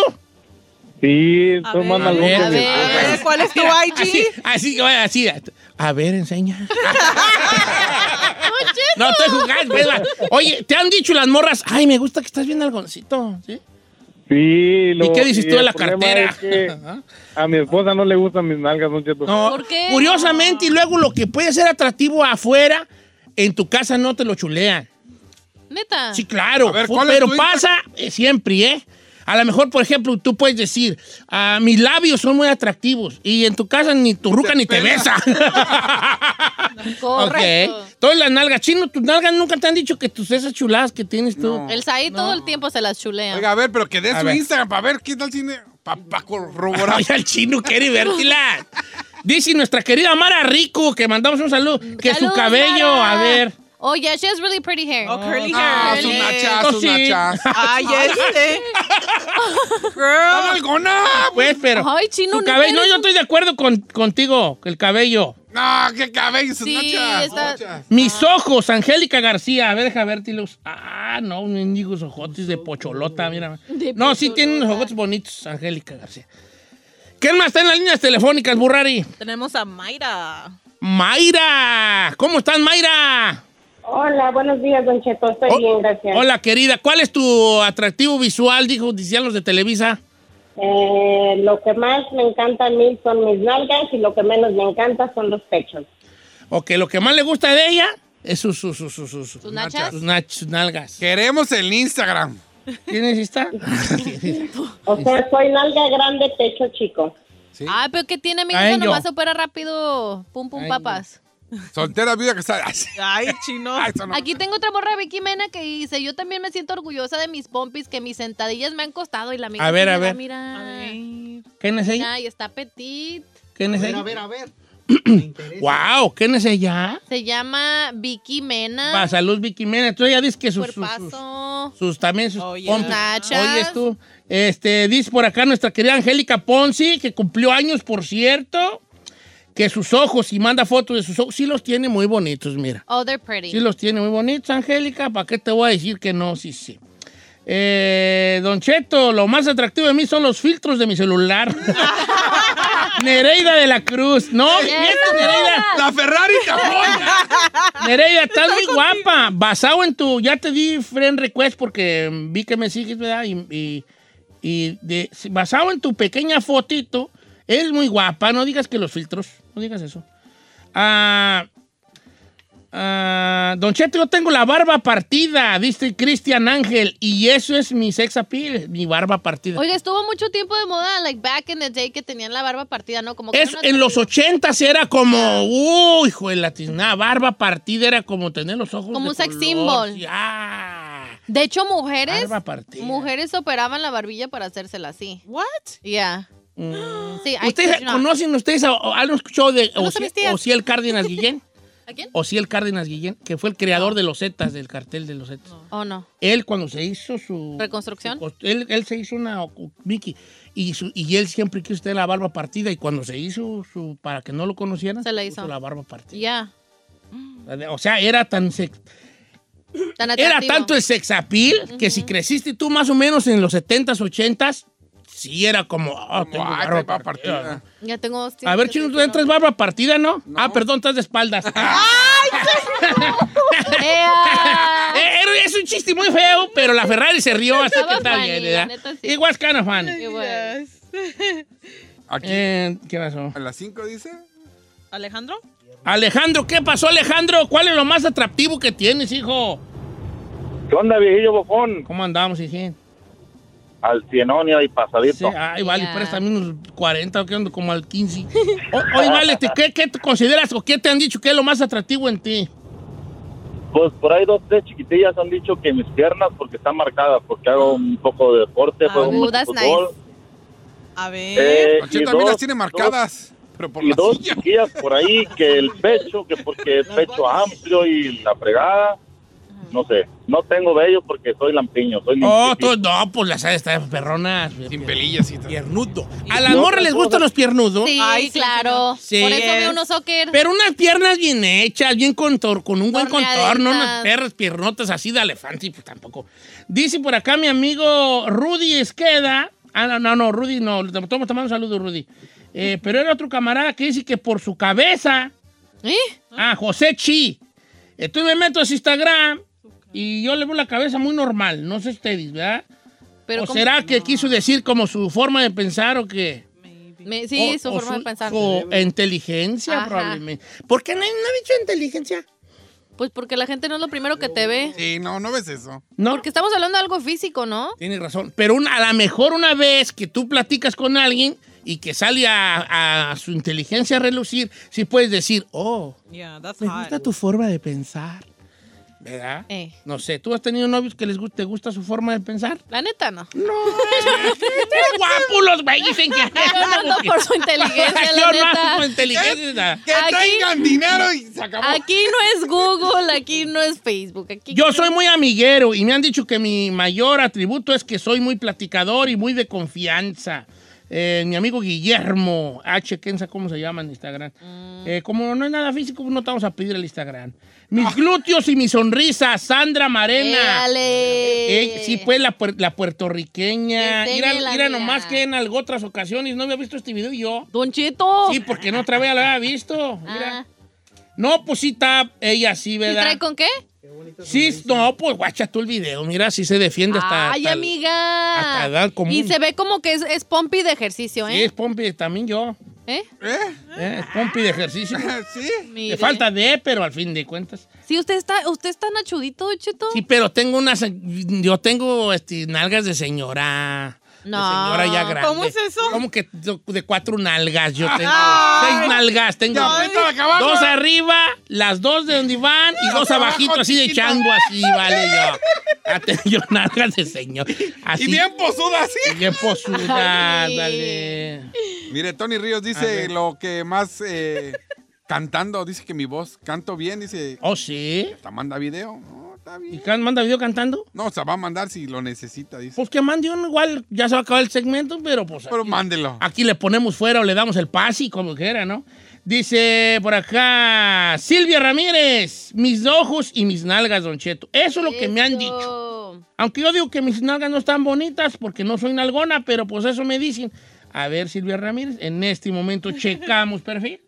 [SPEAKER 11] Sí,
[SPEAKER 10] Ah.
[SPEAKER 11] soy más nalgón que mis-
[SPEAKER 10] ¿Cuál es tu
[SPEAKER 1] Así,
[SPEAKER 10] IG?
[SPEAKER 1] así, oye, así. A ver, enseña. No estoy jugando. pues, va. Oye, te han dicho las morras, ay, me gusta que estás bien nalgoncito, ¿sí?
[SPEAKER 11] Sí, lo-
[SPEAKER 1] ¿Y qué dices
[SPEAKER 11] y
[SPEAKER 1] tú de
[SPEAKER 11] el
[SPEAKER 1] la
[SPEAKER 11] problema
[SPEAKER 1] cartera?
[SPEAKER 11] es que a mi esposa no le gustan mis nalgas, don Cheto.
[SPEAKER 1] No, Curiosamente, y luego lo que puede ser atractivo afuera, en tu casa no te lo chulean.
[SPEAKER 5] Neta.
[SPEAKER 1] Sí, claro.
[SPEAKER 5] A ver,
[SPEAKER 1] Fu-
[SPEAKER 5] ¿cuál es
[SPEAKER 1] pero
[SPEAKER 5] tu
[SPEAKER 1] pasa eh, siempre, ¿eh? A lo mejor, por ejemplo, tú puedes decir, ah, mis labios son muy atractivos y en tu casa ni tu ruca ni te besa. ok. Entonces las nalgas, chino, tus nalgas nunca te han dicho que tus esas chuladas que tienes tú.
[SPEAKER 5] El Saí todo el tiempo se las chulea.
[SPEAKER 4] Oiga, a ver, pero que dé
[SPEAKER 1] A
[SPEAKER 4] su
[SPEAKER 1] ver.
[SPEAKER 4] Instagram para ver qué tal tiene. Para corroborar.
[SPEAKER 1] Ay, al chino quiere vértila. Dice nuestra querida Mara Rico, que mandamos un saludo, que su
[SPEAKER 5] Saludos,
[SPEAKER 1] cabello,
[SPEAKER 5] Mara.
[SPEAKER 1] a ver.
[SPEAKER 5] Oh, yeah, she has really pretty hair. Oh,
[SPEAKER 10] curly Ah, hair. sus nachas,
[SPEAKER 1] sus nachas.
[SPEAKER 10] Ay, este.
[SPEAKER 1] ¡Está alguna! Pues, pero.
[SPEAKER 5] Ay, chino,
[SPEAKER 1] tu
[SPEAKER 5] no
[SPEAKER 1] cabello, no,
[SPEAKER 5] eres
[SPEAKER 1] yo estoy de acuerdo con- contigo, el cabello.
[SPEAKER 4] No, qué cabello, sus
[SPEAKER 5] Sí,
[SPEAKER 4] nachas.
[SPEAKER 5] está-
[SPEAKER 4] Nachas.
[SPEAKER 1] Mis
[SPEAKER 5] Ah.
[SPEAKER 1] ojos, Angélica García. A ver, deja vértilos. Ah, no, un mendigos ojotes de pocholota, mira.
[SPEAKER 5] De
[SPEAKER 1] no, sí tiene unos ojotes bonitos, Angélica García. ¿Quién más está en las líneas telefónicas, Burrari?
[SPEAKER 10] Tenemos a Mayra.
[SPEAKER 1] Mayra. ¿Cómo estás, Mayra?
[SPEAKER 12] Hola, buenos días, Don Cheto. Estoy bien, gracias.
[SPEAKER 1] Oh, Hola, querida. ¿Cuál es tu atractivo visual, dijo, decían los de Televisa?
[SPEAKER 12] Eh, lo que más me encanta a mí son mis nalgas y lo que menos me encanta son los pechos.
[SPEAKER 1] O que lo que más le gusta de ella es sus, sus, sus, sus, sus, sus
[SPEAKER 12] nachas?
[SPEAKER 1] nach- sus nalgas.
[SPEAKER 4] Queremos el Instagram.
[SPEAKER 1] ¿Tienes esta?
[SPEAKER 12] O sea, soy nalga grande, pecho chico.
[SPEAKER 5] Ah, pero ¿qué tiene mi
[SPEAKER 4] Ay,
[SPEAKER 5] hija?
[SPEAKER 4] yo.
[SPEAKER 5] Nomás opera rápido. Pum, pum, papas.
[SPEAKER 4] Soltera viuda que está.
[SPEAKER 10] Ay, chino.
[SPEAKER 5] Aquí tengo otra morra, Vicky Mena, que dice, yo también me siento orgullosa de mis pompis, que mis sentadillas me han costado y la mira.
[SPEAKER 1] A ver, a
[SPEAKER 5] mira,
[SPEAKER 1] ver.
[SPEAKER 5] "Ah, Mira,
[SPEAKER 1] ¿Quién es ella?
[SPEAKER 5] Mira, y está petit.
[SPEAKER 1] ¿Quién es
[SPEAKER 5] A
[SPEAKER 1] ella?
[SPEAKER 5] ver, a
[SPEAKER 13] ver.
[SPEAKER 1] Wow, ¿quién es ella?
[SPEAKER 5] Se llama Vicky Mena.
[SPEAKER 1] Para salud, Vicky Mena. Entonces ella dice que sus, sus, sus-
[SPEAKER 5] Paso.
[SPEAKER 1] sus- también sus pompis.
[SPEAKER 5] Nachas.
[SPEAKER 1] Oyes tú. Este, dice por acá nuestra querida Angélica Ponzi, que cumplió años, por cierto, que sus ojos, y manda fotos de sus ojos, sí los tiene muy bonitos, mira.
[SPEAKER 5] Oh, they're pretty.
[SPEAKER 1] Sí los tiene muy bonitos, Angélica. ¿Para qué te voy a decir que no? Sí, sí. Eh, don Cheto, lo más atractivo de mí son los filtros de mi celular. Nereida de la Cruz. No,
[SPEAKER 4] Ey,
[SPEAKER 1] miente,
[SPEAKER 4] esa
[SPEAKER 1] Nereida.
[SPEAKER 4] no. La Ferrari te apoya.
[SPEAKER 1] Nereida, estás muy guapa. Basado en tu. Ya te di friend request porque vi que me sigues, ¿verdad? Y, y- y de- basado en tu pequeña fotito, eres muy guapa. No digas que los filtros. No digas eso. Ah. Ah, don Cheto, yo tengo la barba partida, dice Cristian Ángel, y eso es mi sex appeal, mi barba partida.
[SPEAKER 5] Oiga, estuvo mucho tiempo de moda, like back in the day, que tenían la barba partida, ¿no? Como que
[SPEAKER 1] Es,
[SPEAKER 5] era una-
[SPEAKER 1] en los ochentas era como, uy, hijo de la tiznada, barba partida era como tener los ojos
[SPEAKER 5] como
[SPEAKER 1] de
[SPEAKER 5] un sex
[SPEAKER 1] color,
[SPEAKER 5] symbol.
[SPEAKER 1] sí, ah,
[SPEAKER 5] De hecho, mujeres
[SPEAKER 1] barba partida.
[SPEAKER 5] mujeres operaban la barbilla para hacérsela así.
[SPEAKER 10] What?
[SPEAKER 5] Yeah. Sí, I
[SPEAKER 1] Mm. ¿Ustedes
[SPEAKER 5] kid you not.
[SPEAKER 1] conocen, ustedes a- o- han escuchado de
[SPEAKER 5] Saludos a
[SPEAKER 1] Ociel-
[SPEAKER 5] mis tías.
[SPEAKER 1] Ociel Cárdenas Guillén?
[SPEAKER 5] ¿A quién?
[SPEAKER 1] Ociel Cárdenas Guillén, que fue el creador de los Zetas, del cartel de los Zetas.
[SPEAKER 5] Oh, no.
[SPEAKER 1] Él cuando se hizo su...
[SPEAKER 5] ¿Reconstrucción?
[SPEAKER 1] su- él, él se hizo una o- Mickey y, su- y él siempre quiso tener la barba partida y cuando se hizo su... para que no lo conocieran,
[SPEAKER 5] Se la
[SPEAKER 1] puso
[SPEAKER 5] hizo.
[SPEAKER 1] la barba partida.
[SPEAKER 5] Yeah.
[SPEAKER 1] O sea, era tan sex-
[SPEAKER 5] Tan
[SPEAKER 1] era
[SPEAKER 5] atractivo.
[SPEAKER 1] tanto el sex appeal que si creciste tú más o menos en los 70s, 80s, sí era como, ah, tengo
[SPEAKER 4] ah,
[SPEAKER 1] barba
[SPEAKER 4] tengo
[SPEAKER 1] partida.
[SPEAKER 4] partida.
[SPEAKER 5] Ya tengo dos
[SPEAKER 1] A ver, Chino, tú entras barba partida, ¿no? Ah, perdón, estás de espaldas. Eh, era- es un chiste muy feo, pero la Ferrari se rió, así que
[SPEAKER 5] Estaba
[SPEAKER 1] está
[SPEAKER 5] funny,
[SPEAKER 1] bien,
[SPEAKER 5] la
[SPEAKER 1] ¿verdad?
[SPEAKER 5] neta, sí.
[SPEAKER 1] It was kind of funny.
[SPEAKER 5] It was.
[SPEAKER 1] Eh, ¿Qué pasó?
[SPEAKER 4] ¿A las 5 dice?
[SPEAKER 10] ¿Alejandro?
[SPEAKER 1] Alejandro, ¿qué pasó, Alejandro? ¿Cuál es lo más atractivo que tienes, hijo?
[SPEAKER 14] ¿Qué onda, viejillo bofón?
[SPEAKER 1] ¿Cómo andamos, hijín?
[SPEAKER 14] Al cienonio y
[SPEAKER 1] Sí,
[SPEAKER 14] pasadito.
[SPEAKER 1] ay, vale, préstame unos 40, que ando como al 15. O- oye, vale, este, ¿qué, ¿qué tú consideras o qué te han dicho que es lo más atractivo en ti?
[SPEAKER 14] Pues por ahí dos, tres chiquitillas han dicho que mis piernas porque están marcadas, porque hago un poco de deporte, juego mucho
[SPEAKER 10] that's
[SPEAKER 14] fútbol.
[SPEAKER 10] Ah, A ver.
[SPEAKER 14] Eh,
[SPEAKER 10] Don Cheto,
[SPEAKER 14] y
[SPEAKER 10] también las tiene
[SPEAKER 14] dos-
[SPEAKER 10] marcadas,
[SPEAKER 4] pero
[SPEAKER 14] y dos chiquillas por ahí que el pecho, que porque el pecho amplio y la fregada. No sé, no tengo vello porque soy lampiño, soy
[SPEAKER 1] Oh,
[SPEAKER 14] limpiecito.
[SPEAKER 1] tú- no, pues las están perronas. Sin pelillas y Piernudo. ¿A las
[SPEAKER 14] No,
[SPEAKER 1] morras les
[SPEAKER 14] no, no.
[SPEAKER 1] gustan los piernudos?
[SPEAKER 5] Sí, claro. Por eso veo unos soccer.
[SPEAKER 1] Pero unas piernas bien hechas, bien contor, con un buen contorno,
[SPEAKER 5] Torneaditas.
[SPEAKER 1] unas perras piernotas así de elefante, pues tampoco. Dice por acá mi amigo Rudy Esqueda. Ah, no, no, no, Rudy no. Le tomo, tomamos un saludo, Rudy. Eh, pero era otro camarada que dice que por su cabeza.
[SPEAKER 5] ¿Eh?
[SPEAKER 1] Ah, José Chi. Entonces me meto a su Instagram y yo le veo la cabeza muy normal. No sé ustedes, ¿verdad?
[SPEAKER 5] Pero
[SPEAKER 1] ¿O
[SPEAKER 5] ¿cómo?
[SPEAKER 1] será que quiso decir como su forma de pensar o qué?
[SPEAKER 5] Me- sí,
[SPEAKER 1] O-
[SPEAKER 5] su
[SPEAKER 1] o
[SPEAKER 5] forma de pensar.
[SPEAKER 1] o inteligencia,
[SPEAKER 5] Ajá.
[SPEAKER 1] probablemente. ¿Por qué no, no ha dicho inteligencia?
[SPEAKER 5] Pues porque la gente no es lo primero que te ve.
[SPEAKER 13] Sí, no, no ves eso.
[SPEAKER 1] No,
[SPEAKER 5] Porque estamos hablando de algo físico, ¿no?
[SPEAKER 1] tienes razón. Pero una- a lo mejor una vez que tú platicas con alguien y que sale a, a su inteligencia a relucir, sí puedes decir, oh,
[SPEAKER 10] Yeah, that's
[SPEAKER 1] me
[SPEAKER 10] hot.
[SPEAKER 1] gusta tu forma de pensar. ¿Verdad?
[SPEAKER 5] Eh.
[SPEAKER 1] No sé, ¿tú has tenido novios que les gu- te gusta su forma de pensar?
[SPEAKER 5] La neta, no.
[SPEAKER 1] No. guapos los güeyes dicen que...
[SPEAKER 5] Yo no ando por su inteligencia,
[SPEAKER 1] Yo
[SPEAKER 5] la
[SPEAKER 1] no ando
[SPEAKER 5] neta.
[SPEAKER 1] por inteligencia.
[SPEAKER 5] Que tengan
[SPEAKER 13] dinero
[SPEAKER 1] y se acabó.
[SPEAKER 5] Aquí no es Google, aquí no es Facebook. Aquí
[SPEAKER 1] Yo soy muy amiguero y me han dicho que mi mayor atributo es que soy muy platicador y muy de confianza. Eh, mi amigo Guillermo H. Kenza, ¿cómo se llama en Instagram?
[SPEAKER 5] Mm.
[SPEAKER 1] Eh, como no es nada físico, no te vamos a pedir el Instagram. Mis glúteos y mi sonrisa, Sandra Marena. Eh, sí, pues la, puer- la puertorriqueña. Mira,
[SPEAKER 5] Enséñela,
[SPEAKER 1] mira
[SPEAKER 5] mira.
[SPEAKER 1] nomás que en algo otras ocasiones no había visto este video y yo.
[SPEAKER 5] ¡Don Cheto!
[SPEAKER 1] Sí, porque no otra vez lo había visto. Mira.
[SPEAKER 5] Ah,
[SPEAKER 1] No, pues sí está ella sí,
[SPEAKER 5] ¿sí
[SPEAKER 1] ¿verdad?
[SPEAKER 5] trae con qué?
[SPEAKER 1] Sí, no, pues guacha tú el video. Mira, si se defiende hasta.
[SPEAKER 5] Ay,
[SPEAKER 1] hasta-
[SPEAKER 5] amiga.
[SPEAKER 1] hasta edad común.
[SPEAKER 5] Y se ve como que es, es pompi de ejercicio,
[SPEAKER 1] Sí,
[SPEAKER 5] ¿eh?
[SPEAKER 1] es pompi, también yo.
[SPEAKER 5] ¿Eh?
[SPEAKER 1] Eh, es pompi de ejercicio.
[SPEAKER 13] sí.
[SPEAKER 5] Mire.
[SPEAKER 1] Le falta de, pero al fin de cuentas.
[SPEAKER 5] Sí, usted está, usted está nachudito, Don Cheto.
[SPEAKER 1] Sí, pero tengo unas. Yo tengo este, nalgas de señora.
[SPEAKER 5] no.
[SPEAKER 1] Señora ya grande.
[SPEAKER 5] ¿Cómo es
[SPEAKER 1] eso? Como que do- de cuatro nalgas yo tengo.
[SPEAKER 13] Ay.
[SPEAKER 1] Seis nalgas tengo.
[SPEAKER 13] Ya, vete a la cabaña.
[SPEAKER 1] Dos arriba, las dos de donde van y dos
[SPEAKER 13] Hasta abajo,
[SPEAKER 1] abajito así de
[SPEAKER 13] chiquito.
[SPEAKER 1] chango así, vale yo. Ah, tengo yo nalgas de señor. Así.
[SPEAKER 13] Y bien posuda, sí.
[SPEAKER 1] Bien posuda,
[SPEAKER 13] Ay.
[SPEAKER 1] dale.
[SPEAKER 13] Mire, Tony Ríos
[SPEAKER 1] A
[SPEAKER 13] dice
[SPEAKER 1] ver.
[SPEAKER 13] lo que más eh, cantando, dice que mi voz canto bien, dice.
[SPEAKER 1] Oh, sí.
[SPEAKER 13] Te manda video. No, está bien.
[SPEAKER 1] ¿Y manda video cantando?
[SPEAKER 13] No, o sea, va a mandar si lo necesita, dice.
[SPEAKER 1] Pues que mande uno igual, ya se va a acabar el segmento, pero pues.
[SPEAKER 13] Pero
[SPEAKER 1] aquí-
[SPEAKER 13] mándelo.
[SPEAKER 1] Aquí le ponemos fuera o le damos el pase, y como quiera, ¿no? Dice por acá Silvia Ramírez, mis ojos y mis nalgas, Don Cheto. Eso es lo que me han dicho. Aunque yo digo que mis nalgas no están bonitas porque no soy nalgona, pero pues eso me dicen. A ver, Silvia Ramírez, en este momento checamos perfil.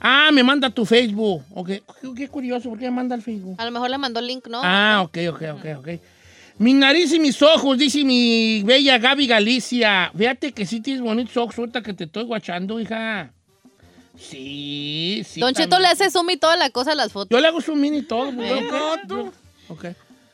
[SPEAKER 1] Ah, me manda tu Facebook. Ok, Qué- qué curioso, ¿por qué me manda el Facebook?
[SPEAKER 5] A lo mejor le mandó el link, ¿no?
[SPEAKER 1] Ah, ok, ok, ok, ok. Mi nariz y mis ojos, dice mi bella Gaby Galicia. Fíjate que sí tienes bonitos ojos, ahorita que te estoy guachando, hija. Sí, sí.
[SPEAKER 5] Don Cheto
[SPEAKER 1] también.
[SPEAKER 5] le hace zoom y toda la cosa a las fotos.
[SPEAKER 1] Yo le hago su mini todo. pues,
[SPEAKER 5] ¿Eh?
[SPEAKER 1] ¿no? Ok.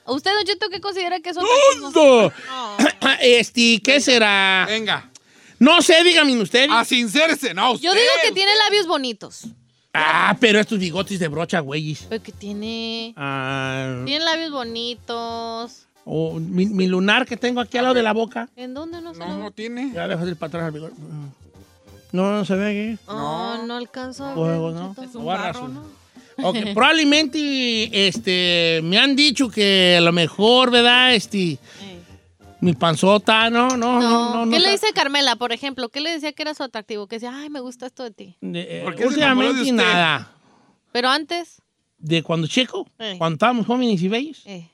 [SPEAKER 5] ¿A ¿Usted, Don Cheto, qué considera que son
[SPEAKER 1] Todo. este, ¿qué será?
[SPEAKER 13] Venga.
[SPEAKER 1] No sé, dígame usted.
[SPEAKER 5] Ah,
[SPEAKER 13] A sincerse, no,
[SPEAKER 5] Yo digo que tiene labios bonitos.
[SPEAKER 1] Ah, pero estos bigotes de brocha, güeyes.
[SPEAKER 5] Pero que tiene.
[SPEAKER 1] Ah,
[SPEAKER 5] Tiene labios bonitos.
[SPEAKER 1] o mi, mi lunar que tengo aquí al lado de la boca.
[SPEAKER 5] ¿En dónde no se
[SPEAKER 13] No, no tiene.
[SPEAKER 1] Ya dejo de ir para atrás al bigote. No, no se ve ¿eh? aquí.
[SPEAKER 5] No, no alcanzo a ver.
[SPEAKER 1] Luego, ¿no?
[SPEAKER 5] Don Cheto.
[SPEAKER 1] Lo voy a razonar. Ok, probablemente este, me han dicho que a lo mejor, ¿verdad? Este, mi panzota, no, no, no, no. no,
[SPEAKER 5] Eh. ¿Qué le
[SPEAKER 1] sa-
[SPEAKER 5] dice Carmela, por ejemplo? ¿Qué le decía que era su atractivo? Que decía, ay, me gusta esto de ti.
[SPEAKER 1] de- eh,
[SPEAKER 13] ¿Por qué se enamoró de
[SPEAKER 1] últimamente
[SPEAKER 13] usted?
[SPEAKER 1] nada.
[SPEAKER 5] Pero antes,
[SPEAKER 1] De cuando chico,
[SPEAKER 5] Eh.
[SPEAKER 1] cuando estábamos jóvenes y bellos,
[SPEAKER 5] eh,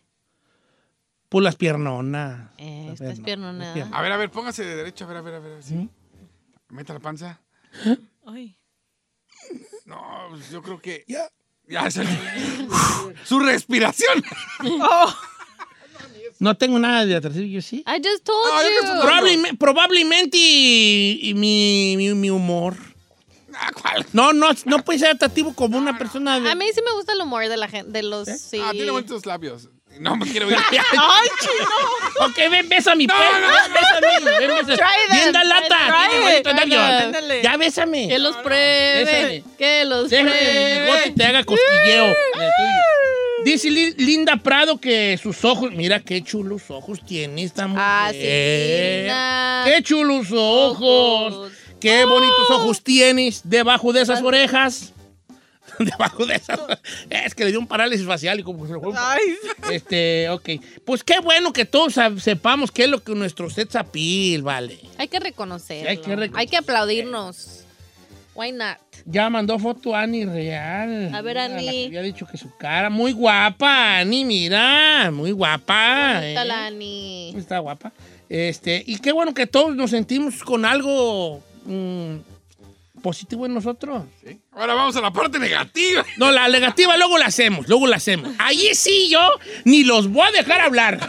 [SPEAKER 1] pues las piernonas.
[SPEAKER 5] eh,
[SPEAKER 1] Las
[SPEAKER 5] estás
[SPEAKER 1] piernonas.
[SPEAKER 5] piernonada.
[SPEAKER 1] pierna.
[SPEAKER 13] A ver, a ver, póngase de derecho, a ver, a ver, a ver. Sí. Meta la panza.
[SPEAKER 10] Ay.
[SPEAKER 13] No, pues, yo creo que. Ya. se- Su respiración.
[SPEAKER 1] No tengo nada de atractivo, yo sí.
[SPEAKER 5] I just told you.
[SPEAKER 1] Probableme- probablemente y- y mi, mi- mi humor.
[SPEAKER 13] Ah,
[SPEAKER 1] No, no, no puede ser atractivo como una persona de...
[SPEAKER 5] A mí sí me gusta el humor de la gente, de los... Sí.
[SPEAKER 13] Ah, tiene bonitos labios. No me quiero ver.
[SPEAKER 1] ¡Ay, chino! Ok, ven, bésame. No, no, bésame. Ven, bésame.
[SPEAKER 5] Try them,
[SPEAKER 1] Bien da
[SPEAKER 5] try them,
[SPEAKER 1] lata.
[SPEAKER 5] try
[SPEAKER 1] Tiene bonito
[SPEAKER 5] them.
[SPEAKER 1] nervio.
[SPEAKER 5] Ándale.
[SPEAKER 1] Ya bésame.
[SPEAKER 5] Que los pruebe.
[SPEAKER 1] Bésame.
[SPEAKER 5] Que los
[SPEAKER 1] Deja que el
[SPEAKER 5] pruebe.
[SPEAKER 1] bigote te haga cosquilleo. en el tuyo. Dice Li- Linda Prado que sus ojos, mira qué chulos ojos tiene esta mujer. qué chulos ojos. Qué bonitos ojos tienes debajo de esas orejas. debajo de esas. Es que le dio un parálisis facial y como se lo juro. Este, ok. Pues qué bueno que todos sab- sepamos qué es lo que nuestro set apil, vale.
[SPEAKER 5] Hay que reconocer.
[SPEAKER 1] Hay que reconocer.
[SPEAKER 5] Hay que aplaudirnos. Why not?
[SPEAKER 1] Ya mandó foto Ani Real.
[SPEAKER 5] A ver,
[SPEAKER 1] Mira, la
[SPEAKER 5] Ani.
[SPEAKER 1] que había dicho que su cara. Muy guapa, Ani, mira. Muy guapa.
[SPEAKER 5] Bonita
[SPEAKER 1] eh.
[SPEAKER 5] la Ani.
[SPEAKER 1] Está guapa. Este, y qué bueno que todos nos sentimos con algo mm, positivo en nosotros.
[SPEAKER 13] Ahora vamos a la parte negativa.
[SPEAKER 1] No, la negativa luego la hacemos, luego la hacemos. Allí sí yo ni los voy a dejar hablar.